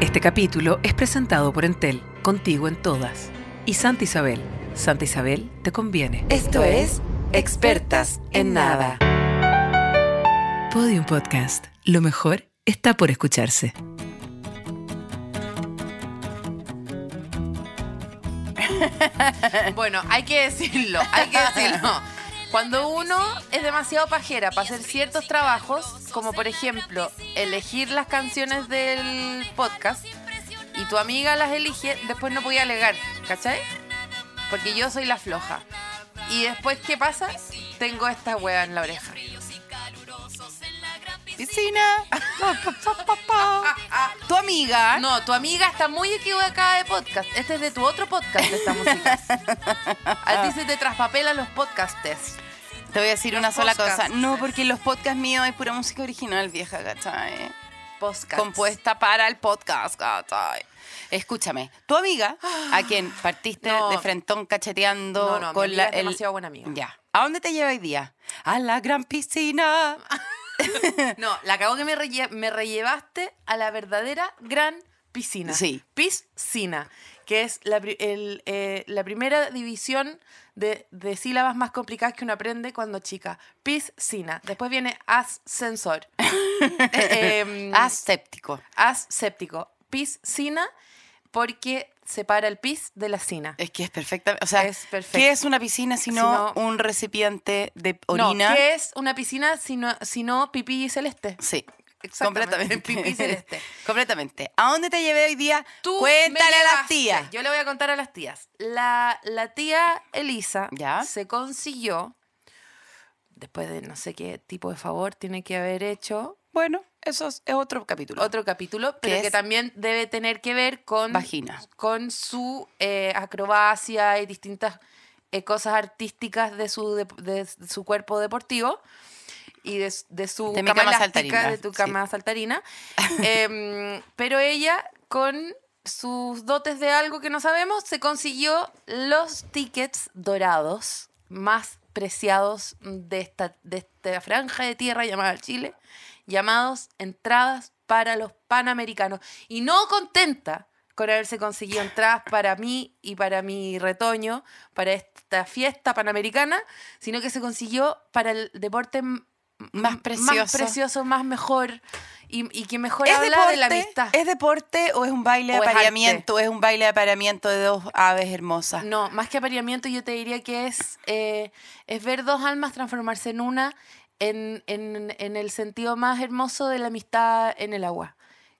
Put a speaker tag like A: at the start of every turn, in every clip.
A: Este capítulo es presentado por Entel, contigo en todas. Y Santa Isabel. Santa Isabel te conviene.
B: Esto es Expertas en Nada.
A: Podium Podcast. Lo mejor está por escucharse.
C: Bueno, hay que decirlo, hay que decirlo. Cuando uno es demasiado pajera para hacer ciertos trabajos, como por ejemplo elegir las canciones del podcast, y tu amiga las elige, después no podía alegar, ¿cachai? Porque yo soy la floja. Y después, ¿qué pasa? Tengo esta hueá en la oreja.
B: Piscina. Pa, pa, pa, pa, pa. Tu amiga.
C: No, tu amiga está muy equivocada de podcast. Este es de tu otro podcast, esta música. A ti se te traspapela los podcastes.
B: Te voy a decir una
C: Los
B: sola
C: podcasts.
B: cosa. No, porque los podcasts míos es pura música original, vieja, ¿cachai?
C: Podcast.
B: Compuesta para el podcast, ¿cachai? Escúchame, tu amiga, a quien partiste
C: Ah, No.
B: de frentón cacheteando
C: No, no, mi
B: con
C: amiga
B: la.
C: es demasiado buena amiga.
B: Ya. ¿A dónde te lleva hoy día? A la gran piscina.
C: Ah, No, la acabo que me, relle- me rellevaste a la verdadera gran piscina.
B: Sí.
C: Piscina, que es la, pri- el, eh, la primera división de, de sílabas más complicadas que uno aprende cuando chica. Piscina. Después viene ascensor. Eh, em,
B: Aséptico.
C: aséptico. Piscina, porque separa el pis de la cina.
B: Es que es perfecta. O sea,
C: Es perfecto.
B: ¿qué es una piscina sino
C: Si no-
B: un recipiente de
C: No,
B: orina?
C: ¿qué es una piscina si no, si no pipí celeste?
B: Sí.
C: Exactamente,
B: Completamente.
C: pipí celeste.
B: Completamente. ¿A dónde te llevé hoy día?
C: Tú me
B: Cuéntale a las
C: llevaste.
B: tías.
C: Yo le voy a contar a las tías. La, la tía Elisa
B: Ya.
C: se consiguió, después de no sé qué tipo de favor tiene que haber hecho,
B: Bueno, eso es es otro capítulo.
C: otro capítulo, pero
B: es?
C: que también debe tener que ver con,
B: Vagina.
C: con su eh, acrobacia y distintas eh, cosas artísticas de su, dep- de, su cuerpo deportivo y de, de su
B: De mi
C: cama
B: cama
C: elástica,
B: saltarina,
C: de tu
B: sí.
C: cama saltarina. Em, pero ella, con sus dotes de algo que no sabemos, se consiguió los tickets dorados más preciados de esta, de esta franja de tierra llamada Chile, llamados entradas para los panamericanos. Y no contenta con haberse conseguido entradas para mí y para mi retoño, para esta fiesta panamericana, sino que se consiguió para el deporte m-
B: Más
C: más
B: precioso.
C: precioso, más mejor y, y que mejor
B: ¿Es
C: habla
B: deporte,
C: de la amistad.
B: ¿Es deporte o es un baile de
C: O es arte.
B: apareamiento? Es, un baile de apareamiento de dos aves hermosas.
C: No, más que apareamiento, yo te diría que es, eh, es ver dos almas transformarse en una en, en- en el sentido más hermoso de la amistad en el agua,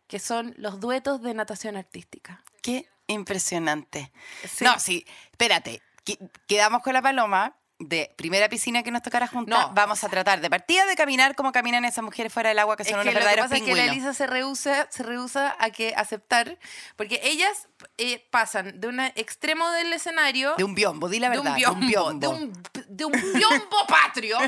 C: que son los duetos de natación artística.
B: Qué impresionante.
C: Sí.
B: No, sí, espérate. Qui- Quedamos con la paloma de primera piscina que nos tocará juntar.
C: No.
B: Vamos a tratar de partida de caminar como caminan esas mujeres fuera del agua que
C: Es
B: son
C: que
B: unos
C: lo que
B: verdaderos
C: pasa es que
B: pingüinos.
C: la Elisa se rehúsa, se rehúsa a que aceptar, porque ellas eh, pasan de un extremo del escenario
B: De un biombo, di la
C: de un
B: verdad.
C: biombo, de un, de un biombo patrio.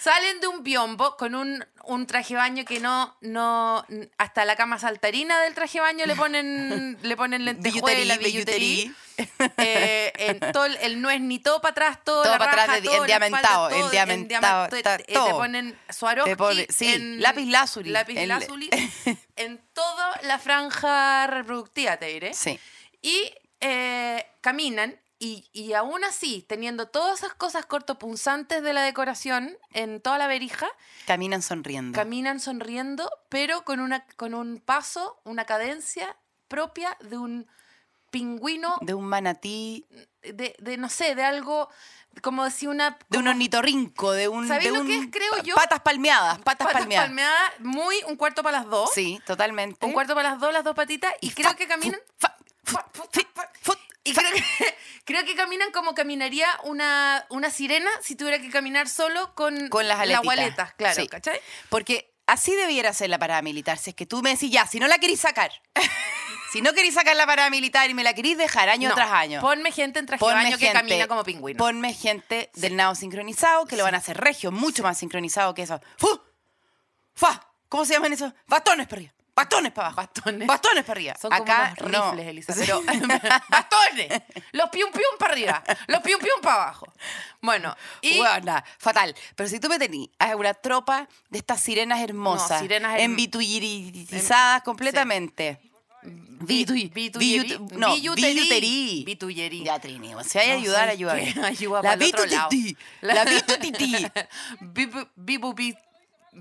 C: Salen de un biombo con un, un traje baño que no, no, hasta la cama saltarina del traje baño le ponen, le ponen lentejuela,
B: Billuterí,
C: billuterí.
B: billuterí.
C: Eh, en todo el, el no es ni todo para atrás, todo,
B: Todo
C: la
B: para
C: raja,
B: atrás, de-
C: todo la
B: endiamantado,
C: espalda, todo
B: endiamantado,
C: endiamantado,
B: está
C: eh, Te
B: todo.
C: ponen Swarovski
B: Te pone- sí,
C: en
B: lapislázuli,
C: lápiz
B: el-
C: lázuli, en toda la franja reproductiva, te diré.
B: Sí.
C: Y eh, caminan y, y aún así, teniendo todas esas cosas cortopunzantes de la decoración en toda la verija,
B: Caminan sonriendo.
C: caminan sonriendo, pero con, una, con un paso, una cadencia propia de un pingüino,
B: de un manatí,
C: de, de, no sé, de algo como si una...
B: de un ornitorrinco, de un.
C: ¿Sabéis
B: de
C: lo que
B: un-
C: es, creo
B: pa-
C: yo?
B: Patas palmeadas, patas,
C: patas
B: palmeadas.
C: palmeada, muy un cuarto para las dos.
B: Sí, totalmente.
C: Un cuarto para las dos, las dos patitas, y, creo que caminan...
B: Fa-
C: Fa- fa-
B: fi- fut-
C: Y
B: fa-
C: creo que, creo que caminan como caminaría una, una sirena si tuviera que caminar solo con,
B: Con las
C: las
B: aletitas.
C: gualetas, claro,
B: Sí.
C: ¿cachai?
B: Porque así debiera ser la parada militar. Si es que tú me decís, ya, si no la querís sacar, si no querís sacar la parada militar y me la querís dejar año
C: No,
B: tras año.
C: Ponme gente en traje de
B: Ponme
C: baño que
B: gente-
C: camina como pingüino.
B: Ponme gente del nado sincronizado, que lo van a hacer regio, mucho más sincronizado que eso. ¡Fu! ¡Fa! ¿Cómo se llaman esos? Bastones para arriba. Bastones para abajo.
C: Bastones.
B: Bastones para arriba.
C: Son
B: Acá
C: como unos
B: no.
C: rifles, Elisa. Pero, bastones. Los pium pium para arriba. Los pium pium para abajo. Bueno, y
B: Hueona, fatal. Pero si tú me tenías a una tropa de estas sirenas em, hermosas,
C: sirenas herm-
B: envituyirizadas completamente, Bitu-
C: Bitullerí.
B: bitu- no, billuterí.
C: Bitullerí.
B: Ya, Trini, bueno, si hay
C: No
B: ayudar,
C: sé
B: ayuda.
C: qué,
B: bien.
C: ayuda
B: la
C: pa'l otro lado.
B: bitutití. La bitutití.
C: Bibu- bibu- bi-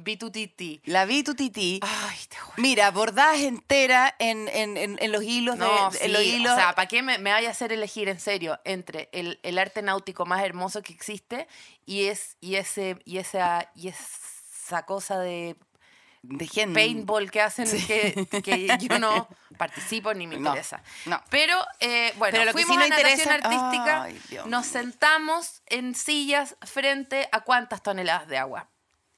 C: bitutiti.
B: La bitutití.
C: Ay, te juro.
B: Mira, bordadas entera en, en, en, en los hilos.
C: No,
B: de,
C: sí,
B: en los hilos.
C: o sea, ¿para qué me, me vaya a hacer elegir en serio entre el, el arte náutico más hermoso que existe y es y ese y esa y esa cosa de
B: de gente.
C: paintball que hacen que, que yo no participo ni me
B: No,
C: interesa.
B: no.
C: Pero eh, bueno,
B: Pero lo que sí
C: fuimos
B: nos
C: a natación
B: interesa-
C: artística,
B: Ay, Dios
C: nos
B: mío.
C: sentamos en sillas frente a cuántas toneladas de agua.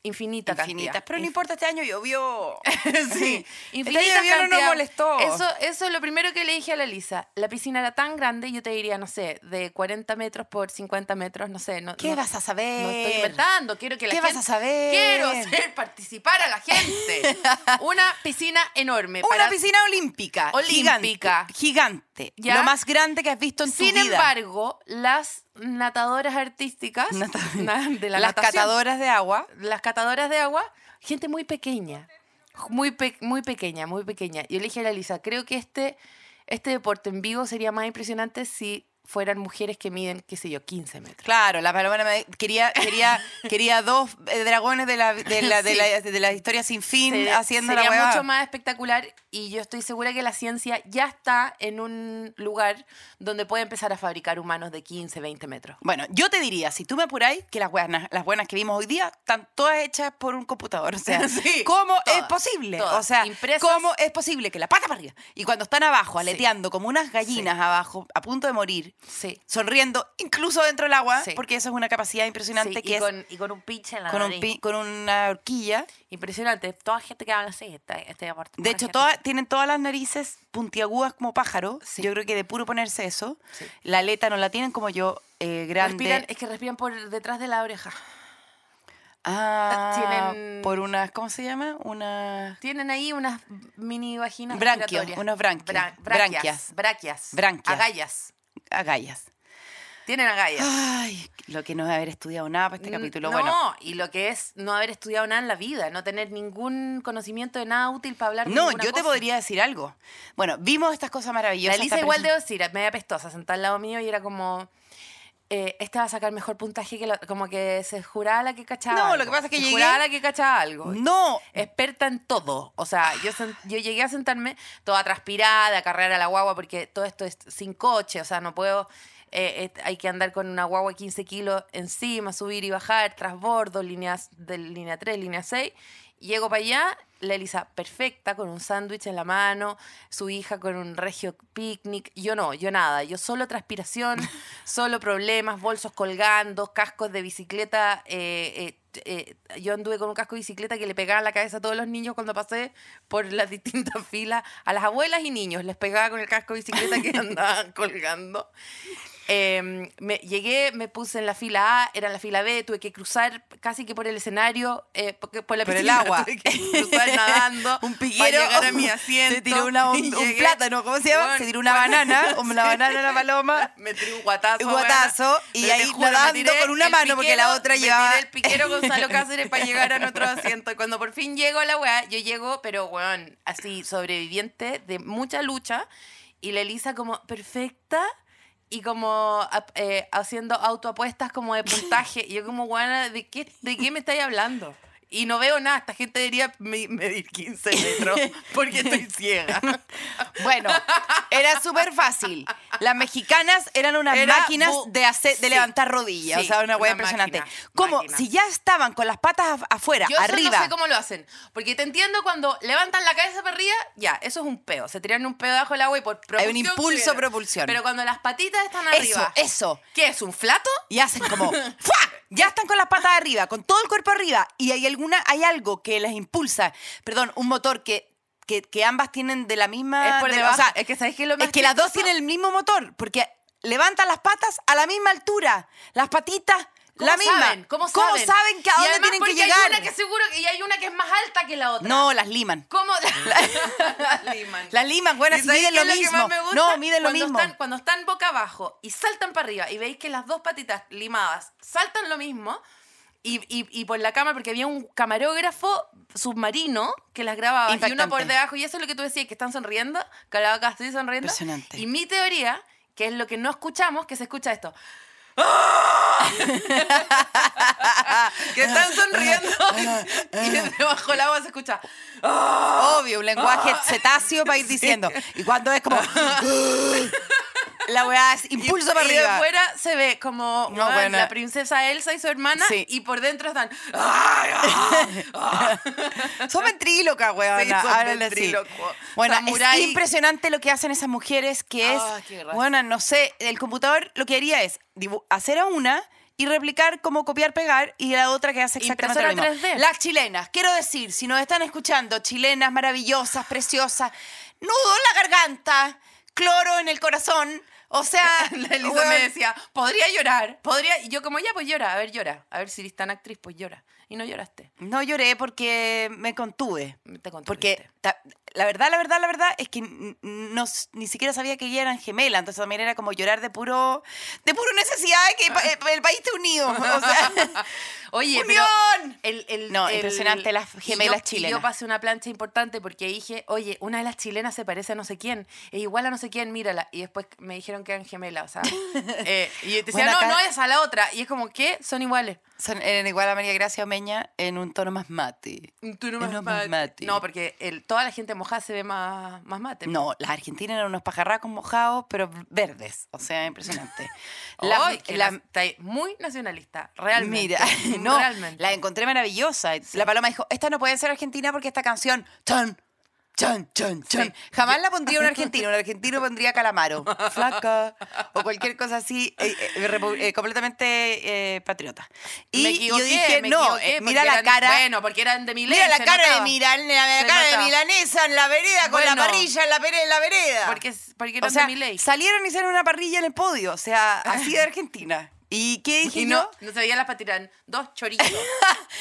C: Infinita,
B: infinitas.
C: cantidad.
B: Pero no
C: Inf-
B: importa, este año llovió.
C: Sí,
B: Este
C: infinita
B: año llovió, no nos
C: cantidad.
B: molestó.
C: Eso, eso es lo primero que le dije a la Lisa. La piscina era tan grande, yo te diría, no sé, de 40 metros por 50 metros, no sé. No,
B: ¿Qué
C: no-
B: vas a saber?
C: No estoy inventando, quiero que la
B: ¿Qué vas
C: gente...
B: a saber?
C: Quiero hacer participar a la gente. Una piscina enorme.
B: Una
C: para-
B: piscina olímpica.
C: Olímpica.
B: Gigante. gigante.
C: ¿Ya?
B: Lo más grande que has visto en
C: Sin
B: tu vida.
C: embargo, las natadoras artísticas
B: Nata-
C: na- de la
B: las
C: natación,
B: catadoras de agua.
C: las catadoras de agua, gente muy pequeña, muy, pe- muy pequeña, muy pequeña. Yo le dije a la Lisa, creo que este, este deporte en vivo sería más impresionante si fueran mujeres que miden, qué sé yo, 15 metros.
B: Claro, la paloma me- quería, quería, quería dos eh, dragones de la, de la, de
C: Sí.
B: la, de la historia sin fin
C: Se-
B: haciendo la
C: sería
B: huevada.
C: mucho más espectacular y yo estoy segura que la ciencia ya está en un lugar donde puede empezar a fabricar humanos de 15, 20 metros.
B: Bueno, yo te diría, si tú me apuráis, que las buenas, las buenas que vimos hoy día están todas hechas por un computador. O sea,
C: Sí,
B: ¿cómo es
C: todas,
B: posible? O
C: todas.
B: sea,
C: Impresas.
B: ¿cómo es posible que la pata para arriba? Y cuando están abajo, aleteando como unas gallinas abajo, a punto de morir,
C: Sí.
B: sonriendo incluso dentro del agua,
C: Sí.
B: porque eso es una capacidad impresionante
C: Sí,
B: que
C: y,
B: es
C: con, y con un pinche en la
B: con, un
C: nariz.
B: pi- con una horquilla.
C: Impresionante. Toda gente que habla así, este, este deporte.
B: De
C: Toda
B: hecho,
C: gente.
B: todas, tienen todas las narices puntiagudas como pájaro.
C: Sí.
B: Yo creo que de puro ponerse eso.
C: Sí.
B: La aleta no la tienen como yo, eh, grande.
C: Respiran, es que respiran por detrás de la oreja.
B: Ah,
C: tienen-
B: por unas, ¿cómo se llama? Unas
C: Tienen ahí unas mini vaginas
B: Branquios,
C: respiratorias.
B: unos branquios,
C: Bra-
B: branquias,
C: branquias. Braquias.
B: branquias.
C: Agallas.
B: agallas.
C: Tienen agallas.
B: Ay, lo que no es haber estudiado nada para Ah, este capítulo.
C: No,
B: Bueno,
C: y lo que es no haber estudiado nada en la vida, no tener ningún conocimiento de nada útil para hablar de
B: no, yo
C: ninguna
B: te
C: cosa.
B: podría decir algo. Bueno, vimos estas cosas
C: La
B: maravillosas.
C: Elisa
B: esta
C: igual
B: persona-
C: debo decir, media pestosa, sentada al lado mío y era como... eh, esta va a sacar mejor puntaje que la- como que se juraba la que cachaba
B: No, lo
C: algo.
B: que pasa es que
C: Se
B: llegué-
C: juraba la que cachaba algo.
B: No,
C: experta en todo. O sea, yo, sen- yo llegué a sentarme toda transpirada, a cargar a la guagua, porque todo esto es sin coche, o sea, no puedo... eh, eh, hay que andar con una guagua de 15 kilos encima, subir y bajar, trasbordo, líneas de línea 3, línea 6. Llego para allá, la Elisa perfecta, con un sándwich en la mano, su hija con un regio picnic. Yo no, yo nada, yo solo transpiración, solo problemas, bolsos colgando, cascos de bicicleta eh, eh, eh, yo anduve con un casco de bicicleta que le pegaba en la cabeza a todos los niños cuando pasé por las distintas filas, a las abuelas y niños, les pegaba con el casco de bicicleta que andaban colgando. Eh, me, llegué, me puse en la fila A, era la fila B, tuve que cruzar casi que por el escenario, eh, porque- por la
B: Por el
C: piscina,
B: agua.
C: tuve que cruzar nadando.
B: un
C: pa'
B: piguero.
C: llegar a mi asiento.
B: Se tiró una-
C: y
B: un, un
C: llegué-
B: plátano, ¿cómo se llama?
C: Bueno,
B: se tiró una banana, una banana a la paloma.
C: me tiré un guatazo.
B: Un guatazo,
C: weona.
B: y
C: Pero te
B: ahí
C: juro, me
B: nadando
C: tiré
B: con una
C: el
B: mano, porque la otra
C: me
B: llevaba-
C: tiré el piquero Gonzalo Cáceres para llegar a nuestro asiento. Y cuando por fin llego a la weá, yo llego, pero weón, así, sobreviviente de mucha lucha. Y la Elisa como perfecta y como ap- eh, haciendo autoapuestas como de puntaje. Y yo como, weón, ¿de qué, ¿de qué me estáis hablando? Y no veo nada, esta gente debería me- medir 15 metros porque estoy ciega.
B: Bueno, era súper fácil. Las mexicanas eran unas
C: Era
B: máquinas
C: bu-
B: de, hacer, de
C: sí,
B: levantar rodillas.
C: sí,
B: o sea, una hueá
C: una
B: impresionante.
C: máquina,
B: Como
C: máquina.
B: si ya estaban con las patas af- afuera,
C: Yo eso
B: arriba.
C: no sé cómo lo hacen. Porque te entiendo cuando levantan la cabeza para arriba, ya, eso es un pedo. Se tiran un pedo bajo el agua y por propulsión.
B: Hay un impulso,
C: subieron.
B: propulsión.
C: Pero cuando las patitas están
B: eso,
C: arriba.
B: eso.
C: ¿Qué es? ¿Un flato?
B: Y hacen como ¡fua! Ya están con las patas arriba, con todo el cuerpo arriba. Y hay alguna, hay algo que las impulsa. Perdón, un motor que, que, que ambas tienen de la misma.
C: es por
B: Ah, de-
C: debajo.
B: o sea,
C: es que sabes que lo más
B: Es que las dos
C: chistoso?
B: tienen el mismo motor, porque levantan las patas a la misma altura, las patitas
C: ¿Cómo
B: la misma.
C: saben? ¿Cómo saben?
B: saben que a
C: Y
B: dónde
C: además
B: tienen que
C: porque
B: llegar?
C: Hay una que seguro que y hay una que es más alta que la otra.
B: No, las liman.
C: ¿Cómo la, la liman?
B: Las liman, bueno,
C: ¿Y
B: si
C: sabéis
B: miden
C: qué
B: lo
C: es que
B: mismo.
C: más me gusta?
B: no, miden lo
C: Cuando
B: mismo.
C: Están, cuando están boca abajo y saltan para arriba y veis que las dos patitas limadas saltan lo mismo, Y, y- y por la cámara, porque había un camarógrafo submarino que las grababa y uno
B: Impactante.
C: por debajo. Y eso es lo que tú decías, que están sonriendo, que la vaca así sonriendo.
B: Impresionante.
C: Y mi teoría, que es lo que no escuchamos, que se escucha esto. que están sonriendo y debajo del agua se escucha.
B: Obvio, un lenguaje cetáceo para ir diciendo. Y cuando es como. la weá es impulso
C: y,
B: para
C: y de
B: arriba.
C: afuera se ve como
B: No,
C: weón,
B: bueno.
C: la princesa Elsa y su hermana
B: Sí.
C: y por dentro están
B: Son ventrílocas, weón.
C: Sí, son
B: Ah, así.
C: ventríloco.
B: Bueno,
C: Samurái.
B: es impresionante lo que hacen esas mujeres, que es.
C: Ah, qué raza.
B: bueno, no sé, el computador lo que haría es dibu- hacer a una y replicar como copiar, pegar, y la otra que hace exactamente lo
C: Impresora
B: mismo.
C: 3D.
B: Las chilenas, quiero decir, si nos están escuchando, chilenas maravillosas, preciosas, nudo en la garganta, cloro en el corazón, o sea,
C: la Elisa
B: weón,
C: me decía podría llorar podría y yo como ya pues llora a ver llora a ver si eres tan actriz pues llora y no lloraste
B: No lloré porque me contuve.
C: te contuviste.
B: Porque ta- la verdad, la verdad, la verdad es que n- n- no, s- ni siquiera sabía que ellas eran gemelas. Entonces también era como llorar de puro de puro necesidad de que pa- el, el país esté unido. O sea,
C: Oye, pero
B: ¡Unión!
C: el, el-
B: No,
C: el-
B: impresionante las gemelas
C: y yo,
B: chilenas.
C: y yo pasé una plancha importante porque dije, oye, una de las chilenas se parece a no sé quién, es igual a no sé quién, mírala. Y después me dijeron que eran gemelas, o sea. eh, y te decía,
B: Bueno, acá-
C: no, no es a la otra. Y es como, ¿qué? Son iguales.
B: Son, eran igual a María Gracia Omeña en un tono más mate.
C: Tú no
B: Es
C: más
B: lo más
C: mate.
B: mate.
C: No, porque el- toda la gente mojada se ve más, más mate.
B: No, las argentinas eran unos pajarracos mojados, pero verdes. O sea, impresionante.
C: La,
B: Las- las-
C: muy nacionalista, realmente.
B: Mira, no,
C: realmente.
B: la encontré maravillosa. La paloma dijo, esta no puede ser argentina porque esta canción, chan, chan, chan, chan.
C: Sí.
B: Jamás la pondría un argentino, un argentino pondría calamaro, flaca, o cualquier cosa así, eh, eh, repu- eh, completamente eh, patriota. Y
C: Me equivoqué,
B: yo dije,
C: me
B: no,
C: equivoqué,
B: eh, mira
C: porque
B: la
C: eran-
B: cara.
C: Bueno, porque eran de mi
B: Mira la cara de
C: mira
B: Miran, la
C: Se
B: cara de
C: notaba.
B: milanesa en la vereda con la
C: Bueno.
B: parrilla en la, pere- en la vereda.
C: Porque, porque
B: o
C: eran
B: sea,
C: de mi ley.
B: salieron y hicieron una parrilla en el podio, o sea, así de Argentina. ¿Y qué dije
C: Y
B: yo?
C: no, no se veía las patirán. Dos chorizos.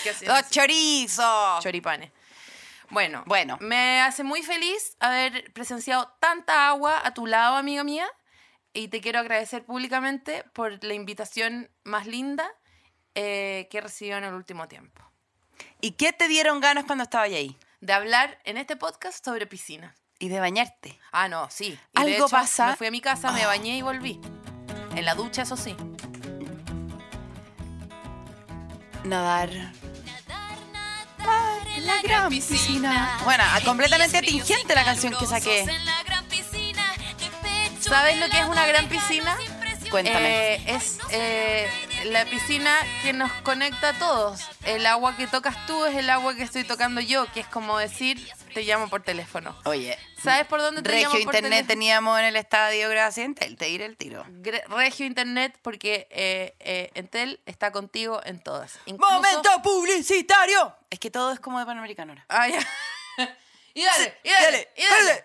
C: que hacían
B: Dos
C: así,
B: chorizos.
C: choripanes. Bueno,
B: Bueno.
C: me hace muy feliz haber presenciado tanta agua a tu lado, amiga mía. Y te quiero agradecer públicamente por la invitación más linda eh, que he recibido en el último tiempo.
B: ¿Y qué te dieron ganas cuando estabas ahí?
C: De hablar en este podcast sobre piscinas.
B: Y de bañarte.
C: Ah, no, sí. Y
B: Algo pasa.
C: Me fui a mi casa, me bañé y volví. En la ducha, eso sí.
B: Nadar.
D: en la gran piscina.
B: Bueno, ah,
D: En
B: completamente
D: días fríos y
B: atingente la canción que
D: calurosos
B: saqué.
D: en la gran piscina, de pecho
C: ¿Sabes lo que es una
D: helado,
C: gran
D: déjanos
C: piscina?
D: impresionar.
B: Cuéntame.
C: Eh, es eh, la piscina que nos conecta a todos. El agua que tocas tú es el agua que estoy tocando yo, que es como decir, te llamo por teléfono.
B: Oye.
C: ¿Sabes por dónde te
B: Regio
C: llamo por
B: Internet
C: teléfono?
B: teníamos en el estadio, gracias Entel. Te diré el tiro.
C: Gre- Regio Internet, porque eh, eh, Entel está contigo en todas. Incluso-
B: ¡Momento publicitario! Es que todo es como de Panamericano ahora.
C: Ah, ya. y dale, y dale, y dale.
B: dale.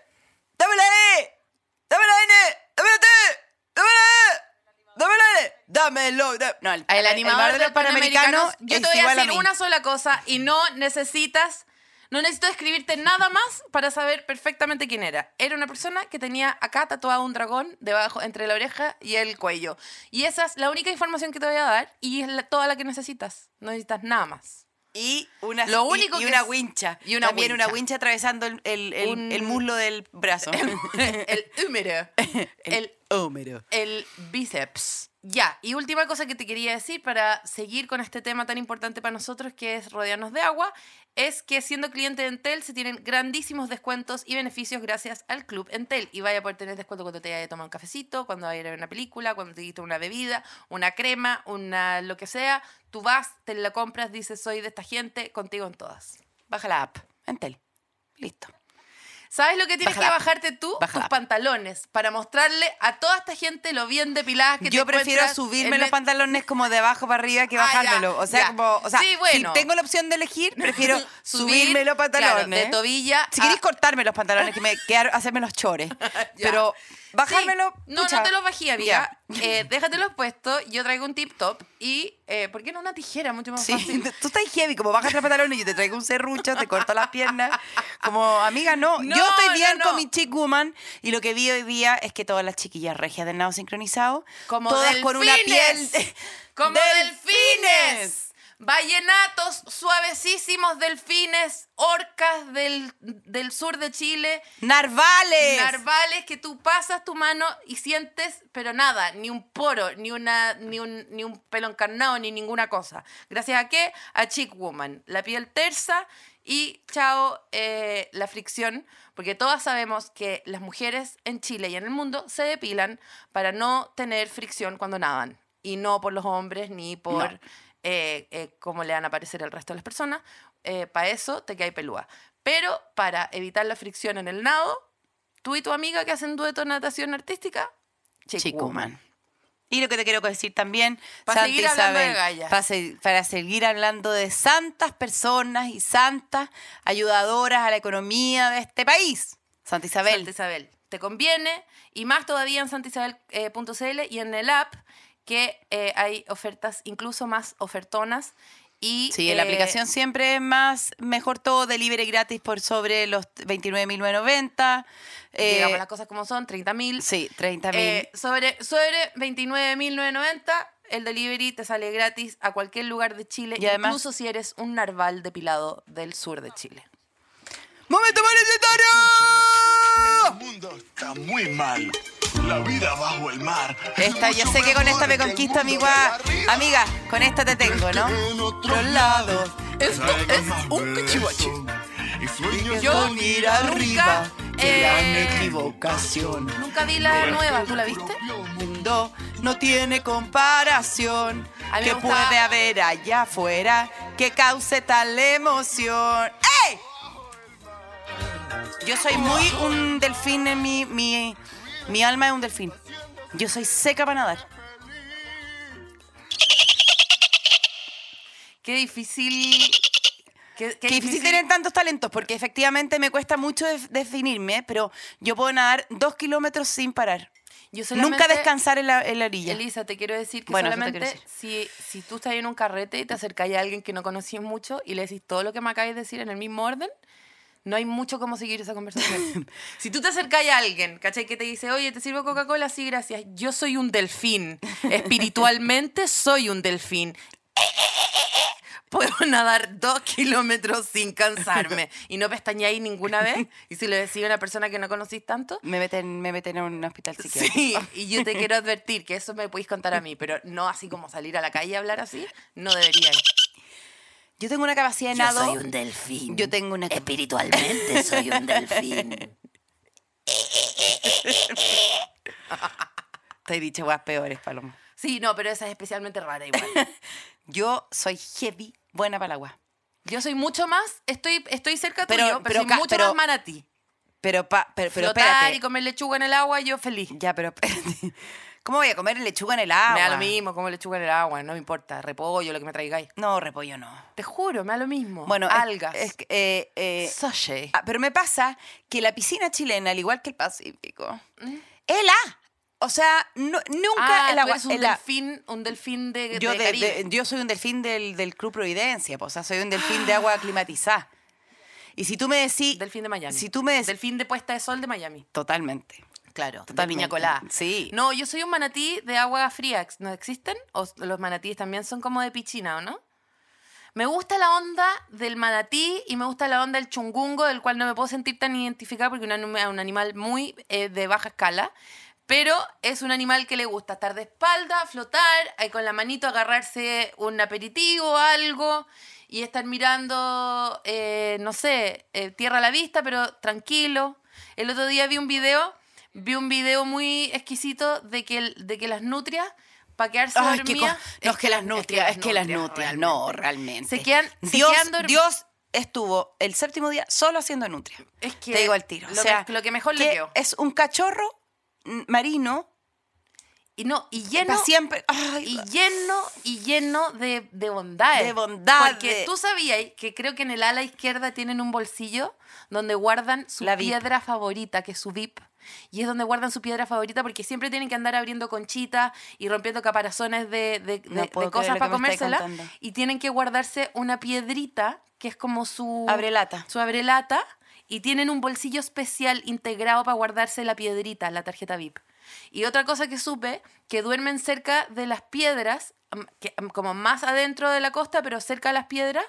B: ¡Dame la E! ¡Dame la N! ¡Dame la T! ¡Dame la E! ¡Dame la N! ¡Dámelo! da- No, el,
C: El
B: el
C: animador
B: bar
C: de
B: de los panamericanos.
C: Yo te
B: es
C: voy a
B: igual
C: decir
B: mí.
C: una sola cosa y no necesitas, no necesito escribirte nada más para saber perfectamente quién era. Era una persona que tenía acá tatuado un dragón debajo, entre la oreja y el cuello. Y esa es la única información que te voy a dar y es la- toda la que necesitas. No necesitas nada más.
B: Y una,
C: Lo
B: y-
C: único
B: y
C: que
B: una
C: es-
B: wincha.
C: y una
B: También
C: wincha.
B: una wincha atravesando el, el- el-
C: Un-
B: el muslo del brazo.
C: El húmero. el
B: Homero.
C: el bíceps. Ya, y última cosa que te quería decir para seguir con este tema tan importante para nosotros que es rodearnos de agua, es que siendo cliente de Entel se tienen grandísimos descuentos y beneficios gracias al Club Entel. Y vaya a poder tener descuento cuando te vaya a tomar un cafecito, cuando vaya a ir a ver una película, cuando te quita una bebida, una crema, una lo que sea. Tú vas, te la compras, dices soy de esta gente, contigo en todas.
B: Baja la app. Entel. Listo.
C: ¿Sabes lo que tienes
B: Bájala.
C: que bajarte tú?
B: Bájala.
C: Tus pantalones para mostrarle a toda esta gente lo bien depiladas que te
B: Yo prefiero
C: encuentras
B: subirme
C: en
B: los
C: el-
B: pantalones como de abajo para arriba que
C: Ah, ya,
B: bajármelo. o sea,
C: ya.
B: como. O sea,
C: Sí, bueno.
B: si tengo la opción de elegir, prefiero
C: Subir,
B: subirme los pantalones.
C: claro, de tobilla
B: si
C: a-
B: queréis cortarme los pantalones, que me quedaron, hacerme los chores. Pero bajármelo.
C: Sí. No,
B: pucha,
C: no te los bajé, amiga.
B: ya.
C: Eh, déjatelos puestos. Yo traigo un tip top y, eh, ¿por qué no una tijera? Mucho más
B: Sí,
C: fácil.
B: tú estás heavy, como bajas los pantalones y yo te traigo un serrucho, te corto las piernas. Como, amiga, no,
C: No,
B: yo estoy
C: no,
B: bien
C: no.
B: con mi chick woman y lo que vi hoy día es que todas las chiquillas regias del nado sincronizado,
C: Como
B: todas con una
C: delfines.
B: piel...
C: Como delfines. Vallenatos suavecísimos, delfines, orcas del, del sur de Chile,
B: ¡Narvales!
C: narvales que tú pasas tu mano y sientes, pero nada, ni un poro, ni, una, ni, un, ni un pelo encarnado, ni ninguna cosa. ¿Gracias a qué? A Chick Woman, la piel tersa y chao, eh, la fricción, porque todas sabemos que las mujeres en Chile y en el mundo se depilan para no tener fricción cuando nadan. Y no por los hombres ni por
B: No.
C: eh, eh, cómo le van a parecer al resto de las personas. para eso te quedas pelúa. Pero para evitar la fricción en el nado, tú y tu amiga que hacen dueto en natación artística, Chick,
B: Chico,
C: Woman.
B: man. Y lo que te quiero decir también,
C: Pa'
B: Santa
C: seguir hablando de
B: Isabel,
C: gallas.
B: pa' se- para seguir hablando de santas personas y santas ayudadoras a la economía de este país. Santa Isabel.
C: Santa Isabel. Te conviene y más todavía en santaisabel.cl y en el app que eh, hay ofertas incluso más ofertonas y
B: Sí, en la
C: eh,
B: aplicación siempre es más, mejor todo, delivery gratis por sobre los 29.990. eh,
C: digamos las cosas como son 30.000
B: Sí, 30.000.
C: Eh, sobre sobre 29.990 el delivery te sale gratis a cualquier lugar de Chile
B: Y además-
C: incluso si eres un narval depilado del sur de Chile
B: ¡Momento monetario!
E: El mundo está muy mal. La vida bajo el mar.
B: Esta, yo sé que con esta me conquista, amiga. Amiga, con esta te tengo, ¿no?
E: En otro
B: Los lados.
E: Esto es un cachivache. Y sueños
C: Yo
E: con ir arriba.
C: nunca,
E: que la
C: eh,
E: equivocación.
C: nunca vi la nueva ¿tú la viste?
B: mundo no tiene comparación
C: A mí me
B: que
C: gustaba-
B: puede haber allá afuera que cause tal emoción. ¡Ey! Yo soy muy un delfín en mi, mi, mi alma es un delfín. Yo soy seca para nadar.
C: qué difícil qué, qué
B: Qué difícil tener tantos talentos porque efectivamente me cuesta mucho def- definirme, pero yo puedo nadar dos kilómetros sin parar.
C: Yo
B: Nunca
C: solamente-
B: descansar en la, en la orilla.
C: Elisa, te quiero decir que
B: Bueno, eso te
C: solamente
B: quiero
C: si, si tú estás en un carrete y te acercáis a alguien que no conocís mucho y le decís todo lo que me acabáis de decir en el mismo orden, no hay mucho cómo seguir esa conversación. si tú te acercáis a alguien, ¿cachai? Que te dice, oye, ¿te sirvo Coca-Cola? Sí, gracias. Yo soy un delfín. Espiritualmente soy un delfín. Puedo nadar dos kilómetros sin cansarme y no pestañáis ninguna vez. Y si le decís a una persona que no conocís tanto,
B: Me meten, me meten en un hospital psiquiátrico.
C: Sí, y yo te quiero advertir que eso me podéis contar a mí, pero no así como salir a la calle y hablar así, no deberíais.
B: Yo tengo una capacidad de nado.
C: delfín.
B: Yo tengo una
C: Espiritualmente soy un delfín.
B: Te he dicho guas peores, Paloma.
C: Sí, no, pero esa es especialmente rara igual.
B: Yo soy heavy buena para la guas.
C: Yo soy mucho más, estoy, estoy cerca
B: Pero-
C: tuyo, pero,
B: pero
C: soy
B: ca-
C: mucho
B: pero-
C: más manatí.
B: Pero, pa, pero, pero
C: Flotar
B: espérate.
C: y comer lechuga en el agua, yo feliz.
B: Ya, pero espérate. ¿Cómo voy a comer lechuga en el agua?
C: Me da lo mismo, como lechuga en el agua, no me importa, repollo, lo que me traigáis.
B: No, repollo no.
C: Te juro, me da lo mismo.
B: Bueno, es-
C: algas.
B: es que, eh, eh,
C: Sachet.
B: ah, pero me pasa que la piscina chilena, al igual que el Pacífico, es la. O sea, no- nunca
C: Mm. Ah,
B: el
C: tú
B: agua.
C: eres un
B: el a-
C: delfín, un delfín de,
B: yo,
C: de
B: de-
C: Eh, Caribe.
B: de- yo soy un delfín del, del Club Providencia, po, o sea, soy un delfín de agua climatizada. Y si tú me decís.
C: Delfín de Miami.
B: Si tú me decís.
C: Delfín de puesta de sol de Miami.
B: Totalmente.
C: Claro. De
B: Totalmente.
C: piña colada.
B: Sí.
C: No, yo soy un manatí de agua fría. ¿No existen? ¿O los manatíes también son como de pichina, o no? Me gusta la onda del manatí y me gusta la onda del chungungo, del cual no me puedo sentir tan identificada porque un anim- es un animal muy eh, de baja escala. Pero es un animal que le gusta estar de espalda, flotar, ahí con la manito agarrarse un aperitivo o algo y estar mirando, eh, no sé, eh, tierra a la vista, pero tranquilo. El otro día vi un video, vi un video muy exquisito de que, el- de que las nutrias, para quedarse
B: Ay, qué
C: dormidas...
B: co- no, es que las nutrias, es que las nutrias, no, realmente.
C: Se quedan- se
B: Dios,
C: quedan dormi-
B: Dios estuvo el séptimo día solo haciendo nutria.
C: Es que
B: Te digo al tiro.
C: Lo,
B: o sea,
C: que, lo que mejor le
B: que
C: quedó.
B: Es un cachorro mm, marino
C: Y no, y
B: para
C: lleno,
B: siempre. Ay,
C: y lleno, y lleno de, de bondades.
B: De bondades.
C: Porque tú sabías que creo que en el ala izquierda tienen un bolsillo donde guardan su
B: La VIP.
C: piedra favorita, que es su VIP. Y es donde guardan su piedra favorita porque siempre tienen que andar abriendo conchitas y rompiendo caparazones de, de- de-
B: No
C: de
B: puedo creer lo
C: cosas
B: que
C: para
B: me estáis
C: comérsela.
B: contando.
C: Y tienen que guardarse una piedrita que es como su...
B: Abrelata.
C: Su abrelata. y tienen un bolsillo especial integrado para guardarse la piedrita, la tarjeta VIP. Y otra cosa que supe, que duermen cerca de las piedras, am- que- am- como más adentro de la costa, pero cerca de las piedras,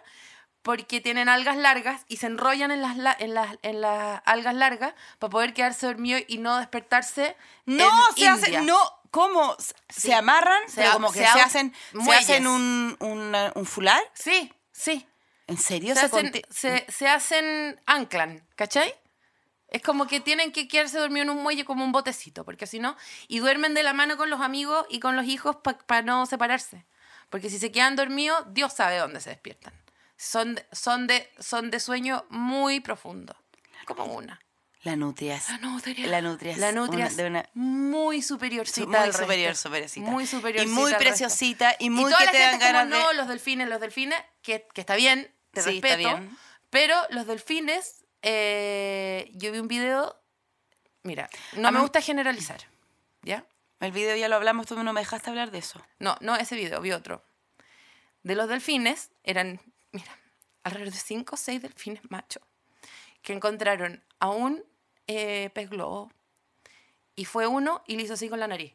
C: porque tienen algas largas y se enrollan en las, la- en las, en las algas largas para poder quedarse dormido y no despertarse.
B: No,
C: en
B: se hacen,
C: India.
B: no, ¿cómo? Se-
C: Sí.
B: Se amarran,
C: Se
B: pero
C: ha-
B: como que
C: se
B: se,
C: ha-
B: hacen, se
C: muelles.
B: hacen un, una- un fular.
C: Sí, sí.
B: ¿En serio?
C: Se
B: Se
C: hacen,
B: conti-
C: se, se hacen anclan, ¿cachai? Es como que tienen que quedarse dormidos en un muelle como un botecito, porque si no, y duermen de la mano con los amigos y con los hijos para no separarse. Porque si se quedan dormidos, Dios sabe dónde se despiertan. Son, de- son, de, son de sueño muy profundo, como una.
B: La nutrias.
C: La nutria.
B: La nutria.
C: La nutria
B: Una- de una-
C: muy superiorcita
B: Muy
C: al resto.
B: superior, superiorcita.
C: Muy superiorcita.
B: Y muy
C: al resto.
B: preciosita, y muy
C: toda
B: que
C: la
B: te
C: gente
B: dan
C: es como,
B: ganas de-
C: No, los delfines, los delfines, que, que está bien, te
B: Sí, está
C: respeto.
B: bien.
C: Pero los delfines, eh, yo vi un video, mira, no
B: A
C: me
B: mí-
C: gusta generalizar, ¿ya?
B: El video ya lo hablamos, tú no me dejaste hablar de eso.
C: No, no ese video, vi otro. De los delfines eran, mira, alrededor de 5 o 6 delfines machos que encontraron a un eh, pez globo y fue uno y le hizo así con la nariz.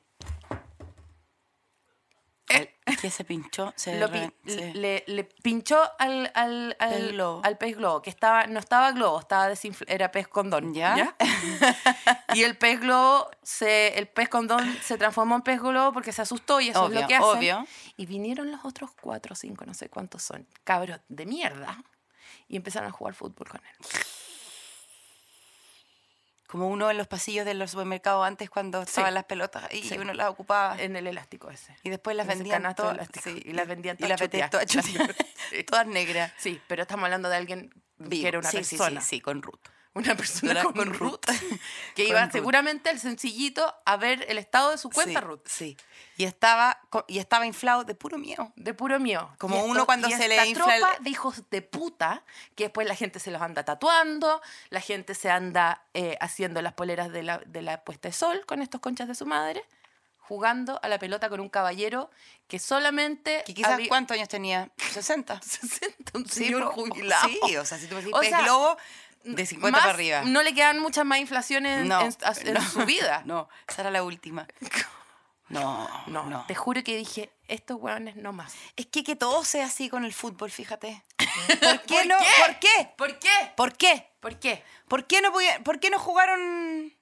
B: Que se pinchó, se,
C: Lo
B: re-
C: pi-
B: se-
C: le, le pinchó al, al, al,
B: Pez globo.
C: al pez globo, que estaba, no estaba globo, estaba desinfl- era pez condón.
B: ¿Ya?
C: y el pez globo, se, el pez condón se transformó en pez globo porque se asustó y eso es
B: Obvio,
C: lo que hacen.
B: obvio.
C: Y vinieron los otros cuatro o cinco, no sé cuántos son, cabros de mierda, y empezaron a jugar fútbol con él.
B: Como uno en los pasillos de los supermercados antes cuando estaban las pelotas y
C: Sí.
B: uno las ocupaba.
C: En el elástico ese.
B: y después las
C: en ese
B: vendían
C: canasto
B: todas.
C: elástico.
B: sí,
C: Y las vendían
B: y las
C: todas
B: vendían todas
C: chuteadas.
B: chuteadas, todas negras.
C: Sí, pero estamos hablando de alguien
B: Vivo.
C: que era una
B: sí, sí,
C: persona.
B: Sí, sí, con Ruth.
C: una persona
B: Era
C: con,
B: con
C: Ruth,
B: Ruth.
C: que
B: Con
C: iba
B: Ruth.
C: seguramente al sencillito a ver el estado de su cuenta
B: sí,
C: Ruth
B: Sí. Y estaba, co- y estaba inflado de puro miedo.
C: de puro mío
B: Como
C: Y
B: uno cuando
C: y
B: se le
C: esta
B: infla el-
C: tropa de hijos de puta que después la gente se los anda tatuando la gente se anda eh, haciendo las poleras de la, de la puesta de sol con estos conchas de su madre jugando a la pelota con un caballero que solamente
B: Que quizás,
C: había-
B: ¿cuántos años tenía? ¿60?
C: 60, un señor
B: pero-
C: jubilado
B: Sí, o sea, si tú me decís
C: O
B: pez
C: sea,
B: globo, de 50
C: Más-
B: para arriba.
C: no le quedan muchas más inflaciones en- en, en su vida
B: No, esa era la última. No,
C: No,
B: no, no.
C: te juro que dije, estos hueones no más.
B: Es que que todo sea así con el fútbol, fíjate. ¿Por qué no? ¿Por qué?
C: ¿Por qué?
B: ¿Por qué?
C: ¿Por qué?
B: ¿Por qué no, podía- por qué no jugaron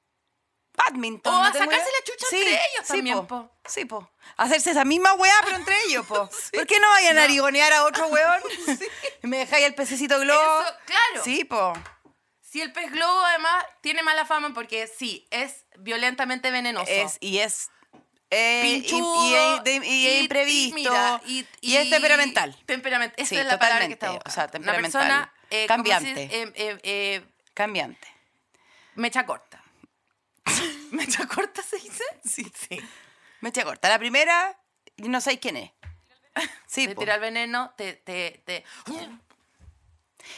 B: badminton?
C: O
B: No
C: a
B: tengo
C: sacarse
B: idea.
C: la chucha entre ellos también, po.
B: Sí, po. Hacerse esa misma weá, pero entre ellos, po. ¿Por qué no vayan a arigonear a otro weón? Me dejáis el pececito globo.
C: Eso, claro.
B: Sí, po.
C: Si el pez globo además tiene mala fama porque sí, es violentamente venenoso.
B: Es, y es. eh, y- y,
C: pinchudo
B: es de- y es
C: y- y
B: imprevisto.
C: mira,
B: y es temperamental.
C: Temperamental. Esa
B: Sí,
C: es la palabra que está
B: totalmente, o sea,
C: buscando. Una
B: temperamental.
C: persona ¿cómo se
B: Cambiante.
C: dice? Eh, eh, eh,
B: Cambiante.
C: mecha corta. ¿Mecha corta se dice? Sí, sí.
B: Mecha corta. La primera, no sabéis quién es. Sí,
C: te
B: po.
C: tira el veneno, te, te, te-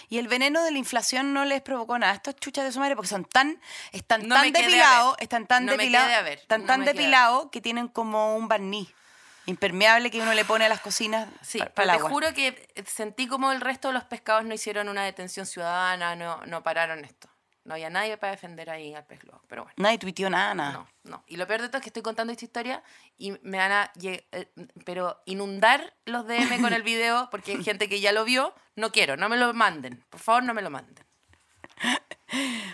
B: Y el veneno de la inflación no les provocó nada. Estos chuchas de su madre, porque son tan, están
C: No me
B: tan
C: quedé a
B: depilados,
C: ver.
B: están tan
C: No me quedé a
B: depilados,
C: ver.
B: están
C: No
B: tan
C: me quedé a ver.
B: depilados que tienen como un barniz impermeable que uno le pone a las cocinas
C: Sí,
B: para,
C: pero
B: el
C: te
B: agua.
C: juro que sentí como el resto de los pescados no hicieron una detención ciudadana, no, no pararon esto. No había nadie para defender ahí al pez globo, pero bueno.
B: Nadie tuiteó nada, nada.
C: No, no. Y lo peor de todo es que estoy contando esta historia y me van a lle- eh, pero inundar los DM con el video porque hay gente que ya lo vio. No quiero, no me lo manden. Por favor, no me lo manden.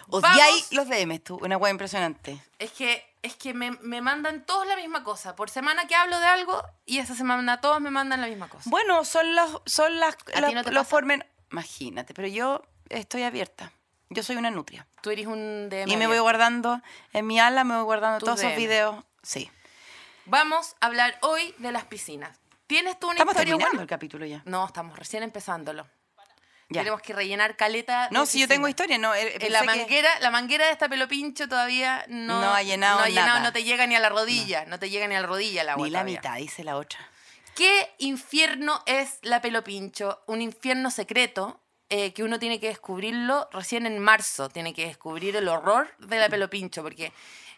B: Odiáis los DMs, tú. Una hueá impresionante.
C: Es que, es que me, me mandan todos la misma cosa. Por semana que hablo de algo y esa semana todos me mandan la misma cosa.
B: Bueno, son los, son las,
C: ¿A
B: los,
C: ti no te
B: los
C: pasa?
B: formen. Imagínate, pero yo estoy abierta. Yo soy una nutria.
C: Tú eres un DM.
B: Y me voy
C: abierto.
B: guardando, en mi ala me voy guardando
C: Tus
B: todos esos
C: DM.
B: videos. Sí.
C: Vamos a hablar hoy de las piscinas. ¿Tienes tú una
B: Estamos
C: historia
B: terminando
C: buena?
B: el capítulo ya.
C: No, estamos recién empezándolo.
B: Ya.
C: Tenemos que rellenar caleta.
B: No,
C: de
B: si yo tengo
C: piscina.
B: historia, no. eh,
C: Eh,
B: pensé
C: la
B: que-
C: manguera, la manguera de esta pelopincho todavía no,
B: No ha llenado
C: no
B: nada.
C: no te llega ni a la rodilla, no, te llega ni a la rodilla el agua.
B: Ni la
C: todavía.
B: mitad, dice la otra.
C: ¿Qué infierno es la pelopincho? Un infierno secreto eh, que uno tiene que descubrirlo recién en marzo. Tiene que descubrir el horror de la pelopincho, porque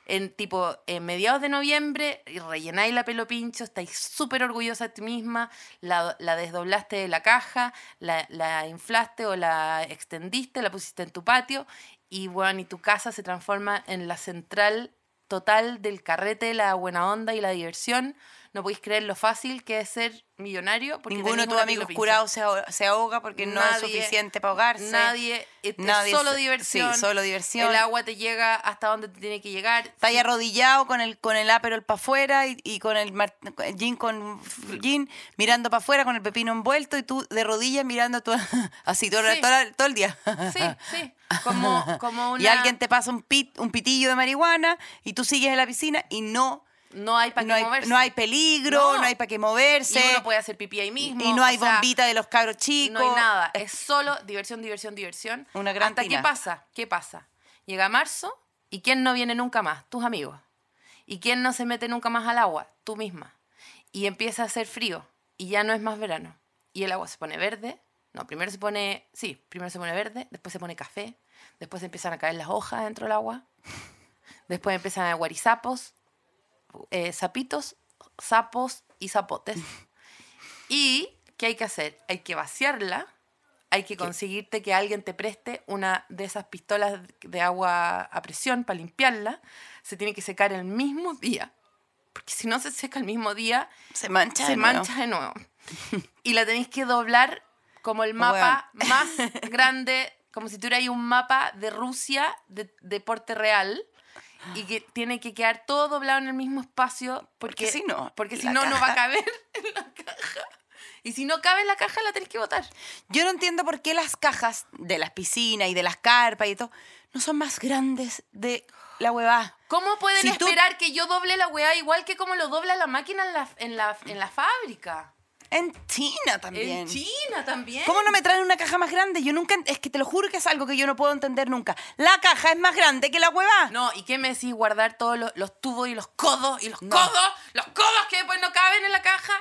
C: en tipo en mediados de noviembre y rellenáis la pelopincho, estáis súper orgullosa de ti misma, la, la desdoblaste de la caja, la, la inflaste o la extendiste, la pusiste en tu patio y bueno, y tu casa se transforma en la central total del carrete, la buena onda y la diversión. No podéis creer lo fácil que es ser millonario. Porque
B: Ninguno
C: tenés
B: de tus
C: una
B: amigos
C: pinza.
B: curados se ahoga, se ahoga porque no es
C: Nadie-
B: suficiente para ahogarse.
C: Nadie, eh, te-
B: Nadie
C: solo
B: se-
C: diversión.
B: sí, solo diversión.
C: El agua te llega hasta donde te tiene que llegar.
B: Está ahí arrodillado con el, con el aperol para afuera y, y con el mar- jean con jean mirando para afuera con el pepino envuelto y tú de rodillas mirando tú, así todo,
C: Sí.
B: todo, todo el día.
C: Sí, sí. Como, como una.
B: Y alguien te pasa un, pit, un pitillo de marihuana y tú sigues en la piscina y no,
C: No hay para qué
B: no, hay,
C: moverse.
B: no hay peligro,
C: No.
B: no, hay para qué moverse.
C: Y uno puede hacer pipí ahí mismo.
B: y no hay
C: o sea,
B: bombita de los cabros chicos.
C: No hay nada. Es solo diversión, diversión, diversión.
B: Una gran
C: ¿Hasta
B: tina.
C: qué pasa? ¿Qué pasa? Llega marzo y ¿quién no viene nunca más? Tus amigos. ¿Y quién no se mete nunca más al agua? Tú misma. Y empieza a hacer frío y ya no es más verano. Y el agua se pone verde. No, primero se pone, sí, primero se pone verde, después se pone café, después empiezan a caer las hojas dentro del agua, después empiezan a guarizapos, eh, sapitos, sapos y zapotes. Y, ¿qué hay que hacer? Hay que vaciarla, hay que conseguirte que alguien te preste una de esas pistolas de agua a presión para limpiarla. Se tiene que secar el mismo día, porque si no se seca el mismo día,
B: Se mancha.
C: se
B: de nuevo.
C: mancha de nuevo. Y la tenéis que doblar como
B: Oh,
C: el mapa más grande, como si tuvierais un mapa de Rusia de deporte real. Y que tiene que quedar todo doblado en el mismo espacio porque,
B: si no,
C: porque si
B: la
C: no, no va a
B: caja-
C: caber en la caja. Y si no cabe en la caja, la tenés que botar.
B: Yo no entiendo por qué las cajas de las piscinas y de las carpas y todo no son más grandes de la huevada.
C: ¿Cómo pueden
B: Si tú-
C: esperar que yo doble la weá igual que como lo dobla la máquina en la, en la, en la fábrica?
B: En China también.
C: En China también.
B: ¿Cómo no me traen una caja más grande? Yo nunca, es que te lo juro que es algo que yo no puedo entender nunca. La caja es más grande que la huevada.
C: No, ¿y qué me decís guardar todos los, los tubos y los codos y los
B: No.
C: codos? Los codos que después no caben en la caja.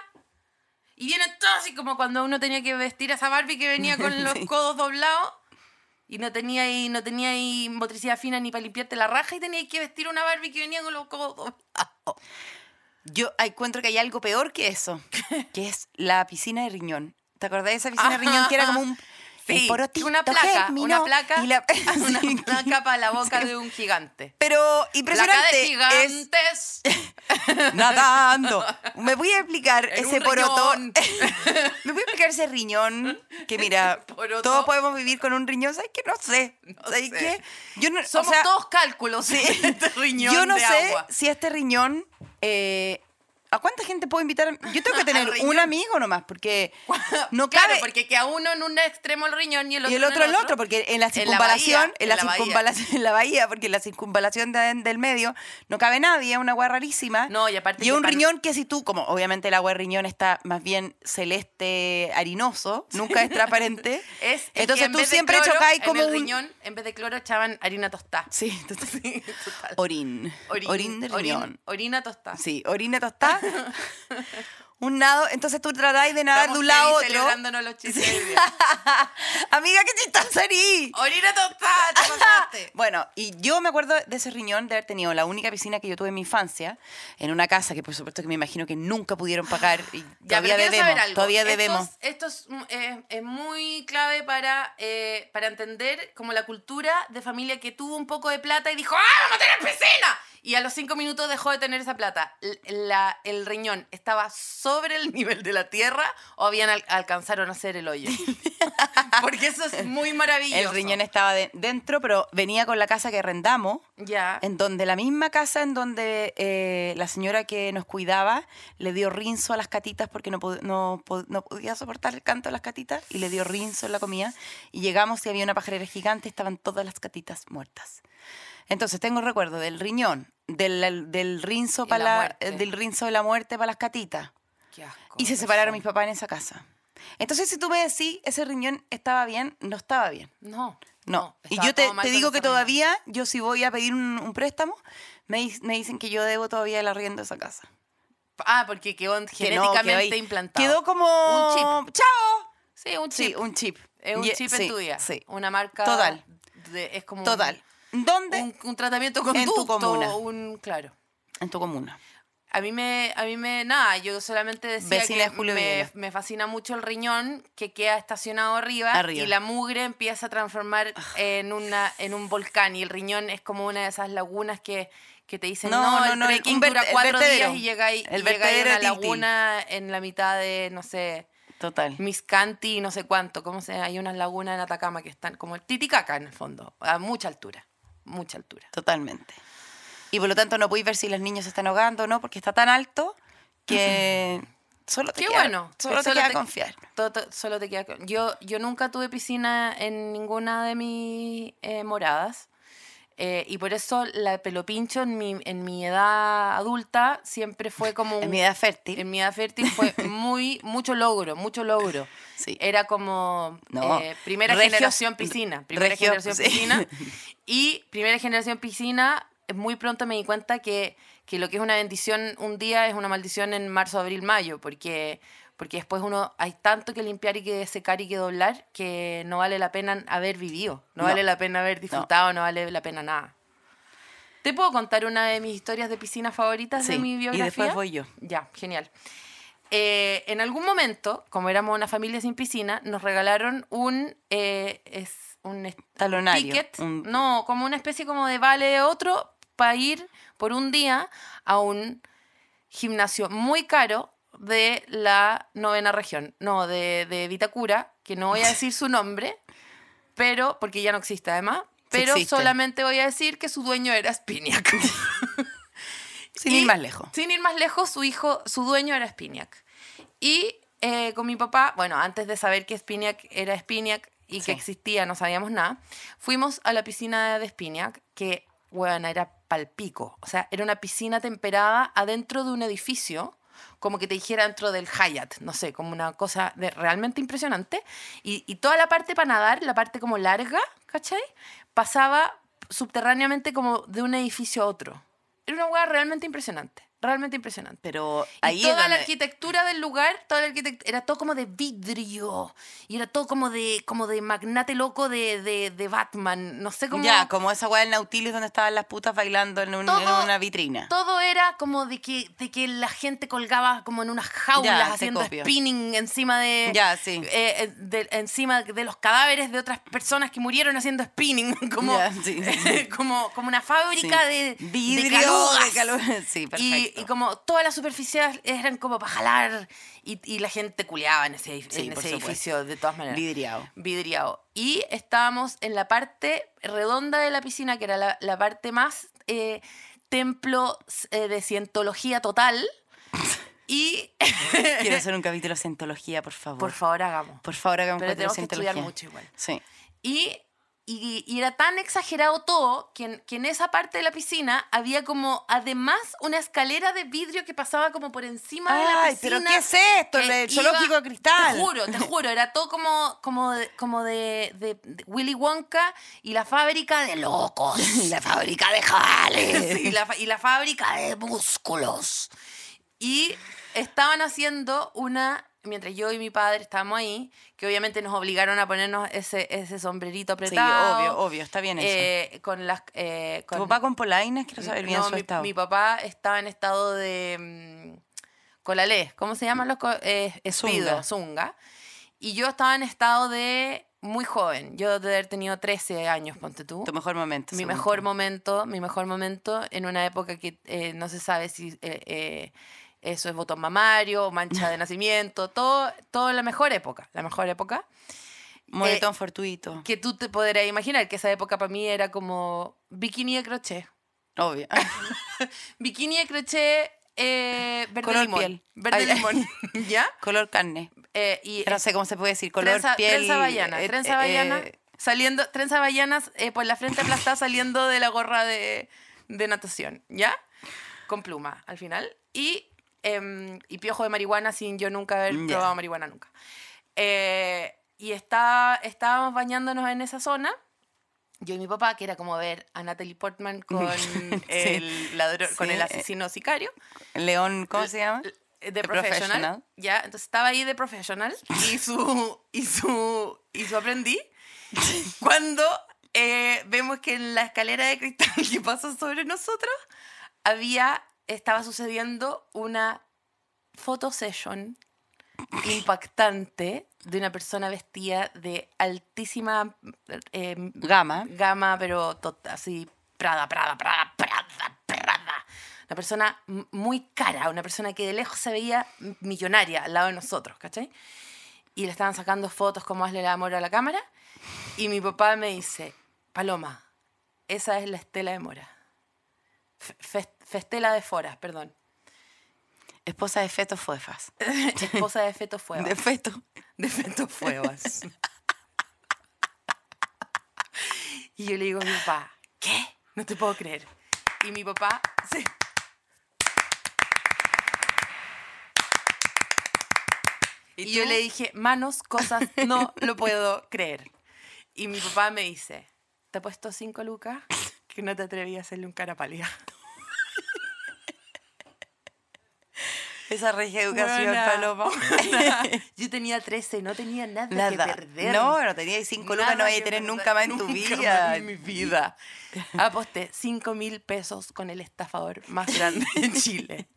C: Y vienen todos así como cuando uno tenía que vestir a esa Barbie que venía con los codos doblados y no tenía ahí, no tenía ahí motricidad fina ni para limpiarte la raja y tenía que vestir una Barbie que venía con los codos doblados.
B: Yo encuentro que hay algo peor que eso, que es la piscina de riñón. ¿Te acordás de esa piscina de riñón que era como un
C: Sí,
B: un porotito
C: una placa,
B: germinó
C: una placa,
B: y la-
C: una
B: Sí.
C: placa para la boca de un gigante.
B: Pero
C: Placa
B: impresionante
C: de
B: es
C: gigantes.
B: nadando. Me voy a explicar
C: En
B: ese
C: un
B: poroto.
C: riñón.
B: Me voy a explicar ese riñón que mira,
C: Poroto.
B: todos podemos vivir con un riñón, ¿sabes qué? No sé. ¿Sabes
C: sé.
B: qué? Yo no, o
C: Somos
B: sea,
C: todos cálculos. Este riñón
B: Yo no
C: de
B: sé
C: agua.
B: si este riñón. eh, ¿A cuánta gente puedo invitar? Yo tengo que tener
C: Al riñón.
B: un amigo nomás, porque no
C: claro,
B: cabe.
C: porque queda uno en un extremo el riñón y el otro,
B: y el otro
C: en
B: el otro, porque en la
C: En la
B: circunvalación,
C: bahía,
B: en la,
C: en la bahía.
B: circunvalación, en la bahía, porque en la circunvalación de- del medio no cabe nadie, es una agua rarísima.
C: No, y aparte
B: Y
C: que
B: un
C: pan-
B: riñón que si tú, como obviamente el agua de riñón está más bien celeste, harinoso, nunca es transparente.
C: Es, es que
B: entonces
C: en
B: tú
C: vez de
B: siempre
C: cloro,
B: chocáis
C: en
B: como
C: el
B: un
C: riñón, en vez de cloro echaban harina tostada.
B: Sí, entonces-
C: Sí, total.
B: orín. Orín, de riñón.
C: orina tostada.
B: Sí, orina tostada. un nado, entonces tú tratáis de nadar
C: Estamos
B: de un lado a
C: feliz
B: otro.
C: celebrándonos los chistes del día.
B: Amiga, qué chistosa eres.
C: Orina tostada, te pasaste.
B: Bueno, y yo me acuerdo de ese riñón de haber tenido la única piscina que yo tuve en mi infancia, en una casa que por supuesto que me imagino que nunca pudieron pagar. Y
C: Ya, pero
B: todavía
C: quiero
B: debemos.
C: saber algo.
B: Todavía
C: Esto es-
B: debemos.
C: Esto es, mm, eh, es muy clave para, eh, para entender como la cultura de familia que tuvo un poco de plata y dijo, ¡ah, vamos a tener piscina! Y a los cinco minutos dejó de tener esa plata. L- la- el riñón estaba sobre el nivel de la tierra o habían al- alcanzaron a hacer el hoyo. Porque eso es muy maravilloso.
B: El riñón estaba de- dentro, pero venía con la casa que arrendamos.
C: Ya.
B: En donde la misma casa en donde eh, la señora que nos cuidaba le dio rinzo a las catitas porque no, pod- no pod- no podía soportar el canto de las catitas y le dio rinzo en la comida. Y llegamos y había una pajarera gigante, estaban todas las catitas muertas. Entonces tengo el recuerdo del riñón, del, del rinzo
C: Y
B: para
C: la
B: la-
C: muerte.
B: eh, del rinzo de la muerte para las catitas.
C: Qué asco,
B: Y se
C: persona.
B: separaron mis papás en esa casa. Entonces, si tú me decís, ese riñón estaba bien, no estaba bien.
C: No.
B: No. y
C: estaba
B: yo te,
C: todo mal
B: te
C: con
B: digo
C: ese
B: que
C: riñón.
B: todavía, yo si voy a pedir un, un préstamo, me, dis- me dicen que yo debo todavía el arriendo de esa casa.
C: Ah, porque quedó
B: Que no, quedó
C: genéticamente
B: ahí.
C: implantado.
B: Quedó como...
C: Un
B: ¡Chao!
C: Sí, un chip.
B: Sí, un chip.
C: Es un
B: Ye-
C: chip
B: e, sí,
C: en tu vida.
B: Sí,
C: Una marca.
B: Total.
C: de- es como. un-
B: total. ¿Dónde?
C: Un, un tratamiento
B: En tu
C: conducto.
B: comuna.
C: Un, claro.
B: En tu comuna.
C: A mí me, a mí me, nada, yo solamente decía
B: Vecina
C: que
B: de Julio
C: me,
B: Videla.
C: me fascina mucho el riñón que queda estacionado arriba,
B: Arriba. Ah.
C: y la mugre empieza a transformar en, una, en un volcán y el riñón es como una de esas lagunas que, que te dicen, no,
B: No, no,
C: el
B: no,
C: trekking
B: un verte-
C: dura
B: el
C: cuatro
B: vertedero.
C: días y llegáis y
B: El
C: llegáis a
B: vertedero
C: una
B: de Tiltil.
C: laguna en la mitad de, no sé,
B: Total.
C: Miscanti y no sé cuánto, como se hay unas lagunas en Atacama que están como el Titicaca en el fondo, a mucha altura, mucha altura.
B: Totalmente. Y por lo tanto no podéis ver si los niños se están ahogando o no, porque está tan alto que solo te
C: Qué
B: queda-
C: bueno.
B: Solo te
C: Solo
B: queda
C: te-
B: confiar.
C: Todo- todo- solo te queda. con- Yo, yo nunca tuve piscina en ninguna de mis eh, moradas. eh, y por eso la pelopincho en mi, en mi edad adulta siempre fue como.
B: En
C: un-
B: mi edad fértil.
C: en mi edad fértil fue muy, mucho logro, mucho logro.
B: Sí.
C: Era como
B: No.
C: eh, primera
B: Regio-
C: generación piscina. Primera
B: regio,
C: generación
B: sí.
C: piscina. Y primera generación piscina, muy pronto me di cuenta que, que lo que es una bendición un día es una maldición en marzo, abril, mayo, porque, porque después uno hay tanto que limpiar y que secar y que doblar que no vale la pena haber vivido, no,
B: No.
C: vale la pena haber disfrutado, no. vale la pena nada. ¿Te puedo contar una de mis historias de piscina favoritas de
B: Sí,
C: mi
B: y
C: biografía?
B: después voy yo.
C: Ya, genial. Eh, en algún momento, como éramos una familia sin piscina, nos regalaron un, eh, es un es-
B: Talonario,
C: ticket,
B: un-
C: no, como una especie como de vale de otro para ir por un día a un gimnasio muy caro de la novena región, no, de, de Vitacura, que no voy a decir su nombre, pero, porque ya no existe además, pero
B: existe.
C: solamente voy a decir que su dueño era Spiniak.
B: Sin
C: Y-
B: ir más lejos.
C: Sin ir más lejos, su hijo, su dueño era Spiniak. Y eh, con mi papá, bueno, antes de saber que Spiniak era Spiniak y que
B: Sí.
C: existía, no sabíamos nada, fuimos a la piscina de Spiniak, que, bueno, era palpico. O sea, era una piscina temperada adentro de un edificio, como que te dijera dentro del Hyatt, no sé, como una cosa de, realmente impresionante. Y, y toda la parte para nadar, la parte como larga, ¿cachai? Pasaba subterráneamente como de un edificio a otro. Era una hueá realmente impresionante, realmente impresionante.
B: Pero
C: Y
B: ahí es
C: toda la
B: donde-
C: arquitectura del lugar, toda la arquitect- era todo como de vidrio. Y era todo como de, como de magnate loco de, de, de Batman. No sé cómo.
B: Ya, como esa weá del Nautilus donde estaban las putas bailando en, un- en
C: Todo-
B: una vitrina.
C: Todo era como de que, de que la gente colgaba como en unas jaulas
B: Ya, te
C: haciendo
B: copio.
C: spinning encima de.
B: Ya, sí.
C: eh, eh, de- encima de los cadáveres de otras personas que murieron haciendo spinning. Como,
B: Ya, sí, sí.
C: como, como una fábrica
B: Sí.
C: de. de
B: Vidrio,
C: calugas.
B: de calugas. Sí,
C: Y,
B: perfecto.
C: y como todas las superficies eran como para jalar y, y la gente culeaba en ese, edif-
B: Sí,
C: en
B: por
C: ese
B: supuesto.
C: edificio de todas maneras.
B: Vidriado.
C: Vidriado. Y estábamos en la parte redonda de la piscina, que era la, la parte más eh, templo eh, de cientología total. Y
B: Quiero hacer un capítulo de cientología, por favor.
C: por favor hagamos.
B: Por favor, hagamos un
C: Pero
B: capítulo de
C: tenemos que
B: cientología.
C: estudiar mucho igual.
B: Sí.
C: Y, y- y era tan exagerado todo que en, que en esa parte de la piscina había como además una escalera de vidrio que pasaba como por encima de la
B: Ay,
C: piscina.
B: pero ¿qué es esto?
C: que
B: El zoológico
C: iba-
B: de cristal.
C: Te juro, te juro, era todo como, como, de, como de, de- de Willy Wonka y la fábrica de locos.
B: La fábrica de jales.
C: Sí, la fa- y la fábrica de músculos. Y estaban haciendo una, mientras yo y mi padre estábamos ahí, que obviamente nos obligaron a ponernos ese, ese sombrerito
B: Sí,
C: apretado.
B: obvio, obvio, está bien eso.
C: Eh, con las eh,
B: ¿Tu
C: con-
B: papá con polainas? Quiero saber bien
C: no,
B: su
C: mi,
B: estado.
C: mi papá estaba en estado de mm, colalé cómo se llaman los co- eh, espido,
B: Zunga.
C: zunga y yo estaba en estado de muy joven yo de haber tenido 13 años ponte tú
B: tu mejor momento.
C: mi
B: según
C: mejor
B: tú.
C: momento mi mejor momento en una época que eh, no se sabe si eh, eh, eso es botón mamario mancha de nacimiento todo todo la mejor época la mejor época eh,
B: Moretón fortuito.
C: que tú te podrás imaginar que esa época para mí era como bikini de crochet.
B: Obvio.
C: Bikini de crochet eh, verde
B: Color
C: limón.
B: piel.
C: Verde
B: Ay, ay.
C: limón. ¿Ya?
B: color carne.
C: Eh, y
B: No sé cómo se puede decir. Color
C: trenza,
B: piel.
C: trenza bahiana,
B: eh,
C: trenza
B: eh,
C: bahiana,
B: eh,
C: saliendo, trenza bahianas eh, por la frente aplastada saliendo de la gorra de, de natación, ¿ya? Con pluma al final. Y, em, y piojo de marihuana sin yo nunca haber
B: Ya.
C: probado marihuana nunca. Eh, y está, estábamos bañándonos en esa zona. Yo y mi papá, que era como ver a Natalie Portman con, el, ladrón, con
B: Sí,
C: el
B: eh.
C: asesino sicario.
B: León, ¿cómo se llama?
C: Eh, The
B: The
C: Professional.
B: Professional.
C: Ya, entonces estaba ahí de Professional y su y su y su aprendí cuando eh, vemos que en la escalera de cristal que pasó sobre nosotros había estaba sucediendo una photo session impactante de una persona vestida de altísima eh,
B: Gama.
C: gama, pero to- así, Prada, Prada, Prada, Prada, Prada. Una persona m- muy cara, una persona que de lejos se veía millonaria al lado de nosotros, ¿cachai? Y le estaban sacando fotos como hazle el amor a la cámara. Y mi papá me dice, Paloma, esa es la estela de Mora. Fe- fes- Festela de Foras, perdón.
B: Esposa de Feto Fuefas.
C: Esposa de Feto Fuevas.
B: De Feto.
C: de Feto Fuevas. y yo le digo a mi papá, ¿qué? No te puedo creer. Y mi papá se... Y, yo le dije, manos, cosas, no lo puedo creer. Y mi papá me dice, te he puesto cinco lucas que no te atreví a hacerle un cara pálida.
B: Esa reeducación,
C: Buena.
B: Paloma.
C: Yo tenía 13, no tenía nada, que
B: Nada.
C: perder.
B: No, no tenías cinco lucas, no
C: Nada
B: vas a
C: que
B: tener
C: perder.
B: nunca más en tu
C: E Nunca
B: vida.
C: más en mi vida. Aposté 5 mil pesos con el estafador más grande de Chile.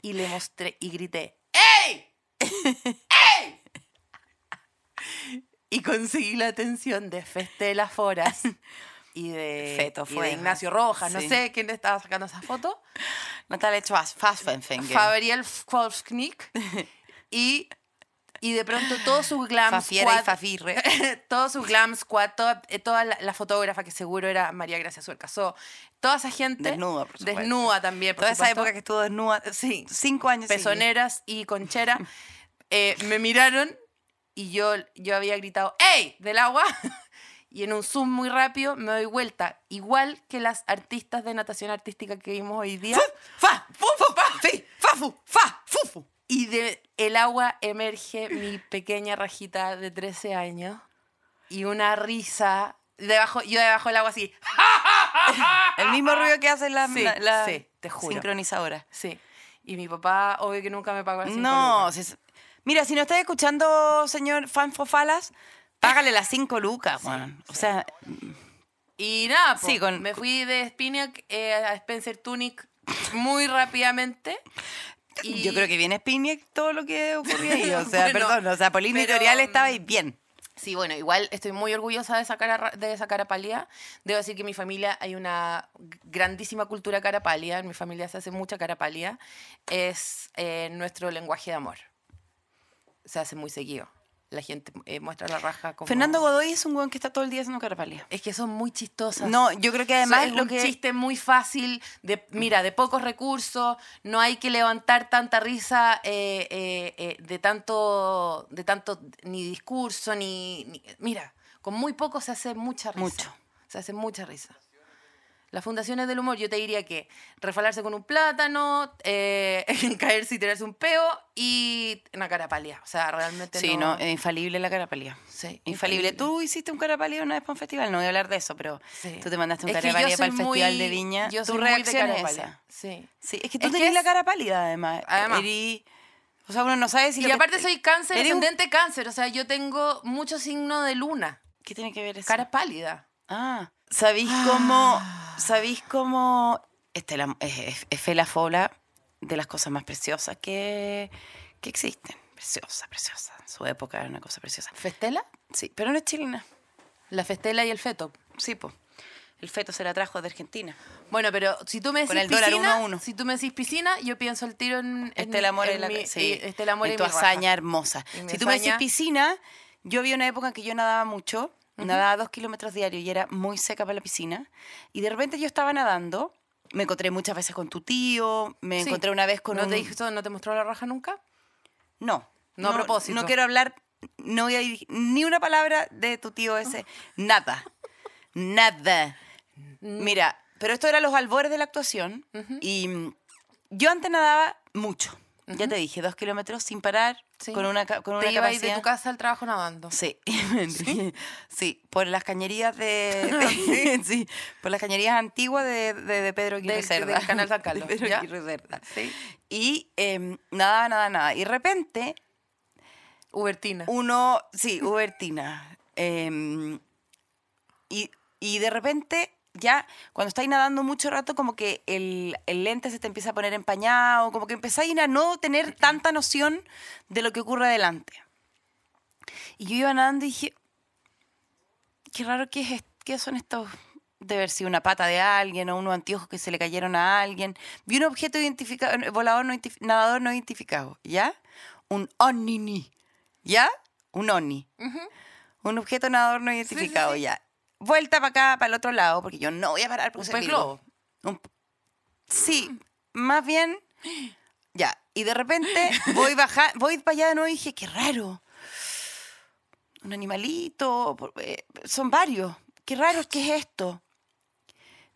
C: Y le mostré y grité, ¡Ey! ¡Ey! Y conseguí la atención de Feste de las Foras y de,
B: Feto
C: y de
B: Fuegas.
C: Ignacio Rojas. No
B: Sí.
C: sé quién le estaba sacando esa foto.
B: Natalia Schwarz, Fassbender.
C: Fabriel Kolsknik y, y de pronto todo su glam
B: Fafiera y
C: squad-
B: Fafirre.
C: todo su glam squad, toda, eh, toda la, la fotógrafa que seguro era María Gracia Suercasó, toda esa gente
B: Desnuda, por supuesto.
C: desnuda también, por
B: Toda esa
C: supuesto,
B: época que estuvo desnuda.
C: Sí.
B: Cinco años. seguidos.
C: pezoneras y conchera, eh, me miraron y yo, yo había gritado ¡Ey! del agua y en un zoom muy rápido me doy vuelta, igual que las artistas de natación artística que vimos hoy día.
B: Fa, fu, fu, fa, fi, fa, fu, fa, fu, fu.
C: Y de el agua emerge mi pequeña rajita de 13 años y una risa debajo, yo debajo del agua así.
B: El mismo ruido que hacen las
C: Sí,
B: la, la
C: sí, te juro.
B: sincronizadoras.
C: Sí. Y mi papá, obvio que nunca me pagó las cinco
B: No,
C: lucas.
B: si es- mira, si no estás escuchando, señor Fanfofalas, págale las cinco lucas, Juan. O sea,
C: Y nada,
B: Sí,
C: sí,
B: con-
C: me fui de Spinac eh, a Spencer Tunic muy rápidamente. Y
B: yo creo que viene Spinning todo lo que ocurrió ahí. O sea,
C: Bueno,
B: perdón, o sea, por línea
C: pero,
B: editorial estaba
C: mm,
B: ahí bien.
C: Sí, bueno, igual estoy muy orgullosa de esa cara, ra- de esa cara pálida. Debo decir que en mi familia hay una grandísima cultura cara pálida. En mi familia se hace mucha cara pálida. Es eh, nuestro lenguaje de amor. Se hace muy seguido. La gente eh, muestra la raja como...
B: Fernando Godoy es un weón que está todo el día haciendo carapalía.
C: Es que son muy chistosas.
B: No, yo creo que además
C: Además, es
B: lo
C: un
B: que
C: chiste muy fácil, de, mira, de pocos recursos, no hay que levantar tanta risa eh, eh, eh, de tanto, de tanto ni discurso, ni, ni- Mira, con muy poco se hace mucha risa.
B: Mucho.
C: Se hace mucha risa. Las fundaciones del humor, yo te diría que refalarse con un plátano, eh, caerse y tirarse un peo y una cara pálida. O sea, realmente
B: Sí,
C: no...
B: no, es infalible la carapalía.
C: Sí,
B: Infalible. Tú hiciste un carapalía una vez para un festival, no voy a hablar de eso, pero
C: Sí.
B: tú te mandaste un
C: Es que yo
B: carapalía para el
C: soy muy-
B: Festival de Viña.
C: yo
B: tu
C: soy muy de
B: reacción
C: cara
B: es
C: pálida.
B: esa.
C: Sí.
B: Sí, es que tú
C: Es que
B: tenés la
C: es-
B: cara pálida, además.
C: Además.
B: Eri- o sea, uno no sabe si.
C: Y
B: lo que-
C: aparte soy cáncer,
B: eres un-
C: ascendente cáncer, o sea, yo tengo mucho signo de luna,
B: ¿Qué tiene que ver eso?
C: cara pálida.
B: Ah. ¿Sabéis cómo. ¿Sabéis cómo. Estela- es, es- es Fela Fola de las cosas más preciosas que, que existen. Preciosa, preciosa. En su época era una cosa preciosa.
C: ¿Festela?
B: Sí, pero no es chilena.
C: La festela y el feto.
B: Sí, pues. El feto se la trajo de Argentina.
C: Bueno, pero si tú me decís
B: Con el dólar
C: piscina,
B: uno a uno.
C: si tú me decís piscina, yo pienso el tiro en, en-
B: Estela Mora
C: en
B: en la
C: mi- eh,
B: sí,
C: y- Estela Mora
B: en
C: y
B: tu
C: mi raja.
B: hazaña hermosa.
C: Y mi
B: Si tú me decís
C: hazaña-
B: piscina, yo vi una época en que yo nadaba mucho, nadaba dos kilómetros diarios y era muy seca para la piscina. Y de repente yo estaba nadando, me encontré muchas veces con tu tío, me
C: Sí.
B: encontré una vez con
C: ¿No
B: un...
C: te dijo- no te mostró la raja nunca?
B: No.
C: No a propósito.
B: No quiero hablar, no voy a dir- ni una palabra de tu tío ese. Nada. Nada. Mira, pero esto era los albores de la actuación. Y mm, yo antes nadaba mucho. Ya te dije, dos kilómetros sin parar,
C: Sí.
B: con una, ca- con
C: te
B: una
C: ibas
B: capacidad.
C: de tu casa al trabajo nadando.
B: Sí. sí, por las cañerías de,
C: Ah,
B: de- sí, por las cañerías antiguas de, de- de Pedro Aguirre
C: Del-
B: Cerda.
C: del Canal San Carlos,
B: De Pedro
C: ¿ya?
B: Aguirre Cerda.
C: Sí.
B: Y eh, nada, nada, nada. Y de repente
C: Ubertina.
B: uno, sí, Ubertina. Em, y, y de repente ya cuando estáis nadando mucho rato, como que el, el lente se te empieza a poner empañado, como que empezáis a no tener tanta noción de lo que ocurre adelante. Y yo iba nadando y dije, qué raro que es, est- qué son estos de haber sido una pata de alguien o unos anteojos que se le cayeron a alguien. Vi un objeto identificado, eh, volador no identif- nadador no identificado, ¿ya? Un onini, ¿ya? Un oni. Un objeto nadador no identificado, ya. Vuelta para acá, para el otro lado, porque yo no voy a parar porque
C: Un
B: soy
C: pez
B: Virgo.
C: globo. Mm.
B: Un p- sí, más bien, ya. Y de repente voy baja, voy para allá de nuevo y dije, qué raro. Un animalito, por- eh, son varios. Qué raro, ¿qué es esto?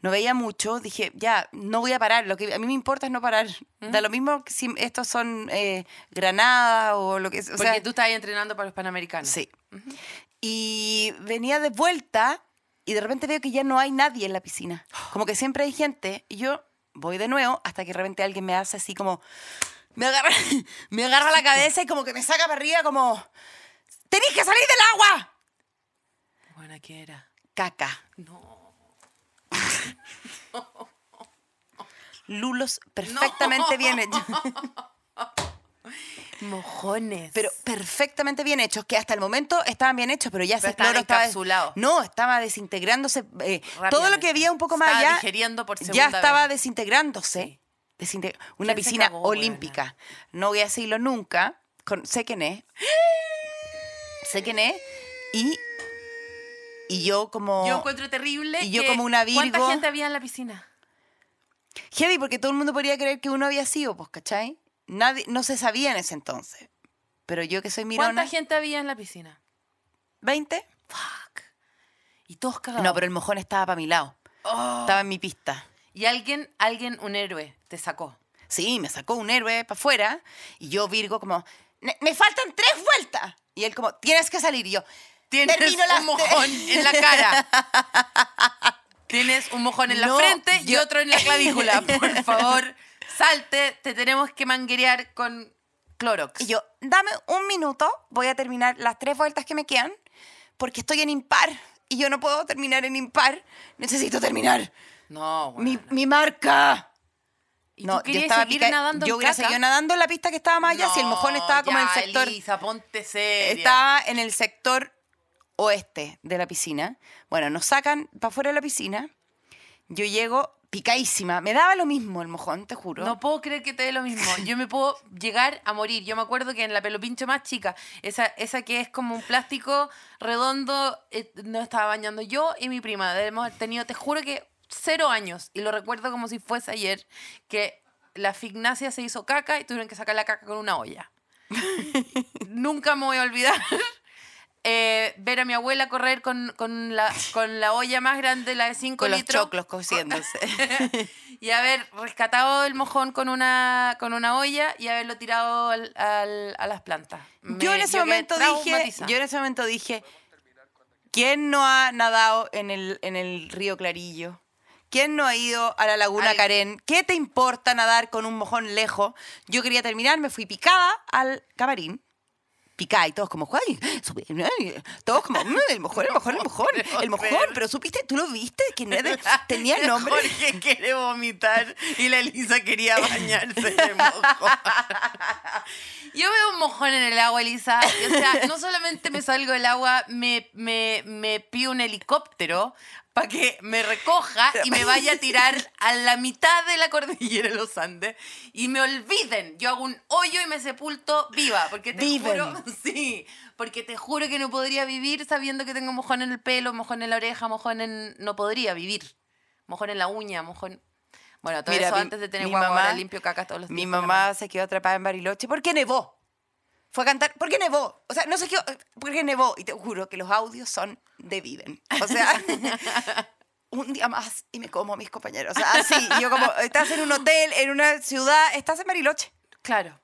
B: No veía mucho, dije, ya, no voy a parar. Lo que a mí me importa es no parar. Da lo mismo que si estos son eh, granadas o lo que sea. O
C: Porque
B: sea,
C: tú estás ahí entrenando para los Panamericanos.
B: Sí. Y venía de vuelta y de repente veo que ya no hay nadie en la piscina. Como que siempre hay gente y yo voy de nuevo hasta que de repente alguien me hace así como me agarra me agarra la cabeza y como que me saca para arriba como tenéis que salir del agua.
C: Buena que era.
B: Caca.
C: No.
B: Lulos perfectamente bien hechos.
C: Mojones.
B: Pero perfectamente bien hechos, que hasta el momento estaban bien hechos, pero ya
C: Pero
B: se
C: estaban
B: cloro estaba-
C: encapsulados.
B: No, estaba desintegrándose. eh, todo lo que había un poco más
C: Estaba
B: allá.
C: digeriendo por
B: ya
C: segunda
B: estaba
C: vez.
B: desintegrándose.
C: Sí.
B: Desinte- una
C: ¿Quién se
B: piscina
C: cagó, weona?
B: olímpica. No voy a decirlo nunca. con- sé quién es. sé quién es. Y, y yo como...
C: Yo encuentro terrible.
B: Oh, Y yo
C: que-
B: como una
C: ¿Cuánta
B: Virgo-
C: gente había en la piscina?
B: Heavy, porque todo el mundo podría creer que uno había sido, pues, ¿cachai? Nadie, no se sabía en ese entonces. Pero yo que soy mirona...
C: ¿Cuánta gente había en la piscina?
B: ¿20?
C: Fuck. Y todos cagados.
B: No, pero el mojón estaba para mi lado.
C: Oh.
B: Estaba en mi pista.
C: Y alguien, alguien, un héroe, te sacó.
B: Sí, me sacó un héroe para afuera y yo Virgo como, "Ne- me faltan tres vueltas. Y él como, tienes que salir. Y yo,
C: Tienes
B: "Termino
C: un
B: las
C: mojón
B: tres".
C: en la cara. Tienes un mojón en la
B: No,
C: frente y
B: yo-
C: otro en la clavícula. Por favor, salte. Te tenemos que manguerear con Clorox.
B: Y yo, dame un minuto, voy a terminar las tres vueltas que me quedan porque estoy en impar y yo no puedo terminar en impar. Necesito terminar
C: no, bueno.
B: mi, mi marca.
C: Y tú querías seguir
B: pica-
C: nadando
B: Yo
C: en
B: hubiera
C: caca.
B: seguido nadando en la pista que estaba más allá si el mojón estaba como en el
C: ya,
B: sector...
C: Elisa, ponte seria.
B: Estaba en el sector oeste de la piscina. Bueno, nos sacan para afuera de la piscina. Yo llego picadísima. Me daba lo mismo el mojón, te juro.
C: No puedo creer que te dé lo mismo. Yo me puedo llegar a morir. Yo me acuerdo que en la pelopincho más chica, esa, esa que es como un plástico redondo, eh, no estaba bañando yo y mi prima. Hemos tenido, te juro que cero años. Y lo recuerdo como si fuese ayer, que la fignacia se hizo caca y tuvieron que sacar la caca con una olla. Nunca me voy a olvidar. eh, ver a mi abuela correr con, con la, con la olla más grande, la de 5
B: con los
C: litros
B: choclos cosiéndose.
C: y haber rescatado el mojón con una, con una olla y haberlo tirado al- al- a las plantas. Me-
B: yo en ese
C: quedé
B: momento dije,
C: traumatizada.
B: yo en ese momento dije, ¿quién no ha nadado en el, en el río Clarillo? ¿Quién no ha ido a la laguna
C: Al-
B: Carén? ¿Qué te importa nadar con un mojón lejos? Yo quería terminar, me fui picada al camarín. Picada y todos como, ¡ay! supe- ay", Todos como, "Mm, el mojón, el mojón, el mojón, el mojón. Pero supiste, tú lo viste, que no es de- tenía el nombre.
F: Jorge quiere vomitar y la Elisa quería bañarse en el mojón.
C: Yo veo un mojón en el agua, Elisa. O sea, no solamente me salgo del agua, me, me, me pido un helicóptero para que me recoja y me vaya a tirar a la mitad de la cordillera de los Andes y me olviden. Yo hago un hoyo y me sepulto viva. Porque te
B: Viven.
C: juro, sí, porque te juro que no podría vivir sabiendo que tengo mojón en el pelo, mojón en la oreja, mojón en... No podría vivir. Mojón en la uña, mojón... Bueno, todo
B: Mira,
C: eso
B: mi-
C: antes de tener
B: mi
C: guagua,
B: mamá-
C: ahora limpio caca todos los días.
B: Mi
C: con la
B: mamá se quedó atrapada en Bariloche porque nevó. Fue a cantar, ¿por qué nevó? O sea, no sé qué, ¿por qué nevó? Y te juro que los audios son de Viven. O sea, un día más y me como a mis compañeros. O sea, así, yo como, estás en un hotel, en una ciudad, estás en Bariloche.
C: mano. Claro.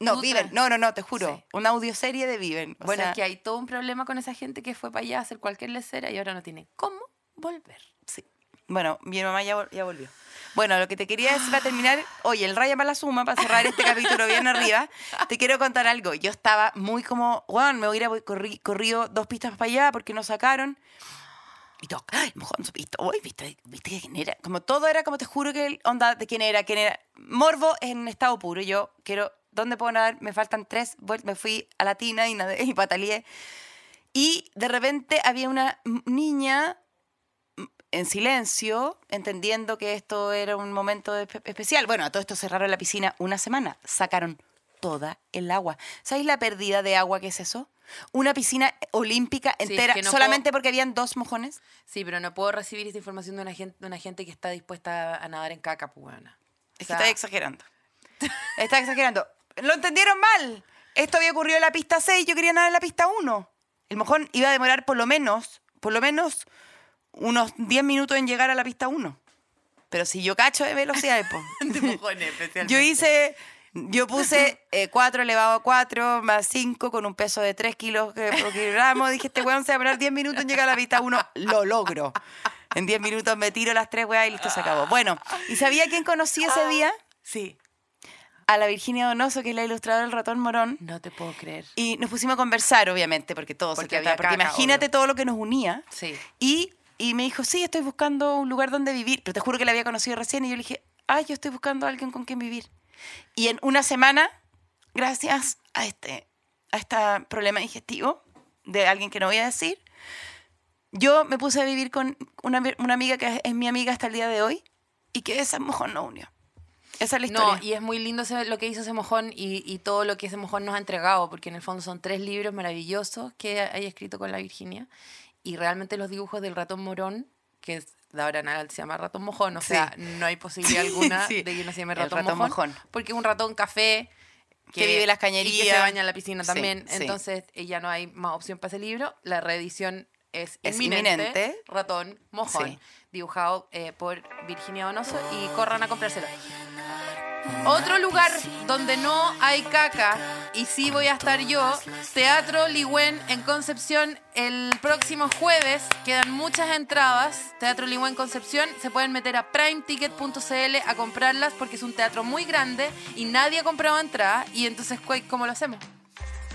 B: No,
C: Tú
B: Viven,
C: tra-
B: no, no, no, te juro.
C: Sí.
B: Una audioserie de Viven. O
C: Bueno,
B: sea,
C: es que hay todo un problema con esa gente que fue para allá a hacer cualquier lecera y ahora no tiene cómo volver.
B: sí. Bueno, mi mamá ya, vol- ya volvió. Bueno, lo que te quería decir para terminar, oye, el Raya para la suma, para cerrar este capítulo bien arriba, te quiero contar algo. Yo estaba muy como, bueno, me voy a ir a corri- corrido dos pistas para allá porque no sacaron. pito, ay, mojón su pito, uy, viste, viste quién era. Como todo era como te juro que el onda de quién era, quién era. Morbo en estado puro. Yo quiero, ¿dónde puedo nadar? Me faltan tres vueltas. Me fui a la tina y, nadé, y pataleé. Y de repente había una m- niña m- en silencio, entendiendo que esto era un momento espe- especial. Bueno, a todo esto cerraron la piscina una semana. Sacaron toda el agua. ¿Sabéis la pérdida de agua que es eso? Una piscina olímpica
C: Sí,
B: entera,
C: que no
B: solamente porque habían dos mojones.
C: Sí, pero no puedo recibir esta información de una gente, de una gente que está dispuesta a nadar en caca, pues, weona. O
B: Es que
C: sea,
B: estás exagerando. Estás exagerando. Lo entendieron mal. Esto había ocurrido en la pista 6, yo quería nadar en la pista 1. El mojón iba a demorar por lo menos, por lo menos unos 10 minutos en llegar a la pista 1. Pero si yo cacho de velocidad, po.
F: De mojones, especialmente.
B: yo hice, yo puse 4 elevado a 4 más 5 con un peso de 3 kilos que- por kilogramo. Dije, este weón se va a demorar 10 minutos en llegar a la pista 1. Lo logro. En 10 minutos me tiro las tres weas y listo, se acabó. Bueno, ¿y sabía quién conocí ese día?
F: Sí.
B: a la Virginia Donoso, que es la ilustradora del ratón morón,
C: No te puedo creer.
B: y nos pusimos a conversar, obviamente, porque todo
C: Porque
B: se trataba,
C: había
B: porque
C: caca,
B: imagínate
C: obvio.
B: todo lo que nos unía.
C: Sí.
B: Y, y me dijo, sí, estoy buscando un lugar donde vivir, pero te juro que la había conocido recién, y yo le dije, ay, yo estoy buscando a alguien con quien vivir. Y en una semana, gracias a este, a este problema digestivo de alguien que no voy a decir, yo me puse a vivir con una, una amiga que es, es mi amiga hasta el día de hoy, y que esa mojón no unió. Esa es la historia.
C: No, y es muy lindo ese- lo que hizo ese mojón y, y todo lo que ese mojón nos ha entregado, porque en el fondo son tres libros maravillosos que hay escrito con la Virginia y realmente los dibujos del ratón morón, que es- de ahora en adelante se llama ratón mojón, o
B: Sí.
C: sea, no hay posibilidad
B: Sí,
C: alguna
B: sí.
C: de que no se llame
B: El
C: ratón,
B: ratón
C: mojón,
B: mojón.
C: porque es un ratón café
B: Que vive en las
C: y que se
B: cañerías.
C: baña en la piscina
B: Sí,
C: también,
B: sí.
C: entonces eh, ya no hay más opción para ese libro, la reedición es,
B: Es
C: inminente,
B: inminente.
C: ratón mojón,
B: Sí.
C: dibujado eh, por Virginia Donoso y corran a comprárselo. Otro lugar donde no hay caca y sí voy a estar yo, Teatro Ligüen en Concepción el próximo jueves. Quedan muchas entradas. Teatro Ligüen Concepción, se pueden meter a primeticket.cl a comprarlas porque es un teatro muy grande y nadie ha comprado entrada. Y entonces, cu- ¿cómo lo hacemos?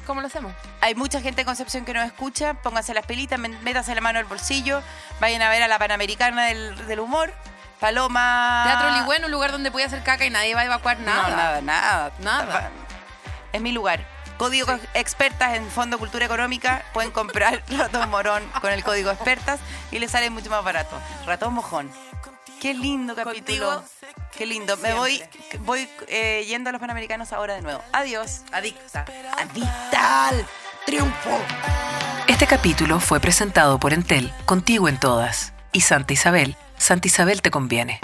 C: ¿Cómo lo hacemos?
B: Hay mucha gente de Concepción que nos escucha. Pónganse las pelitas, men- métanse la mano al bolsillo. Vayan a ver a la Panamericana del, del Humor. Paloma.
C: Teatro Ligüen, un lugar donde puede hacer caca y nadie va a evacuar nada.
B: Ah. No, nada, nada.
C: Nada.
B: Es mi lugar. Código Expertas en Fondo Cultura Económica. Pueden comprar ratón morón con el código Expertas y les sale mucho más barato. Ratón mojón. Qué lindo capítulo. Qué lindo. Me voy, voy eh, yendo a los Panamericanos ahora de nuevo. Adiós.
F: Adicta.
B: Adital. Triunfo.
A: Este capítulo fue presentado por Entel, contigo en todas, y Santa Isabel, Santa Isabel te conviene.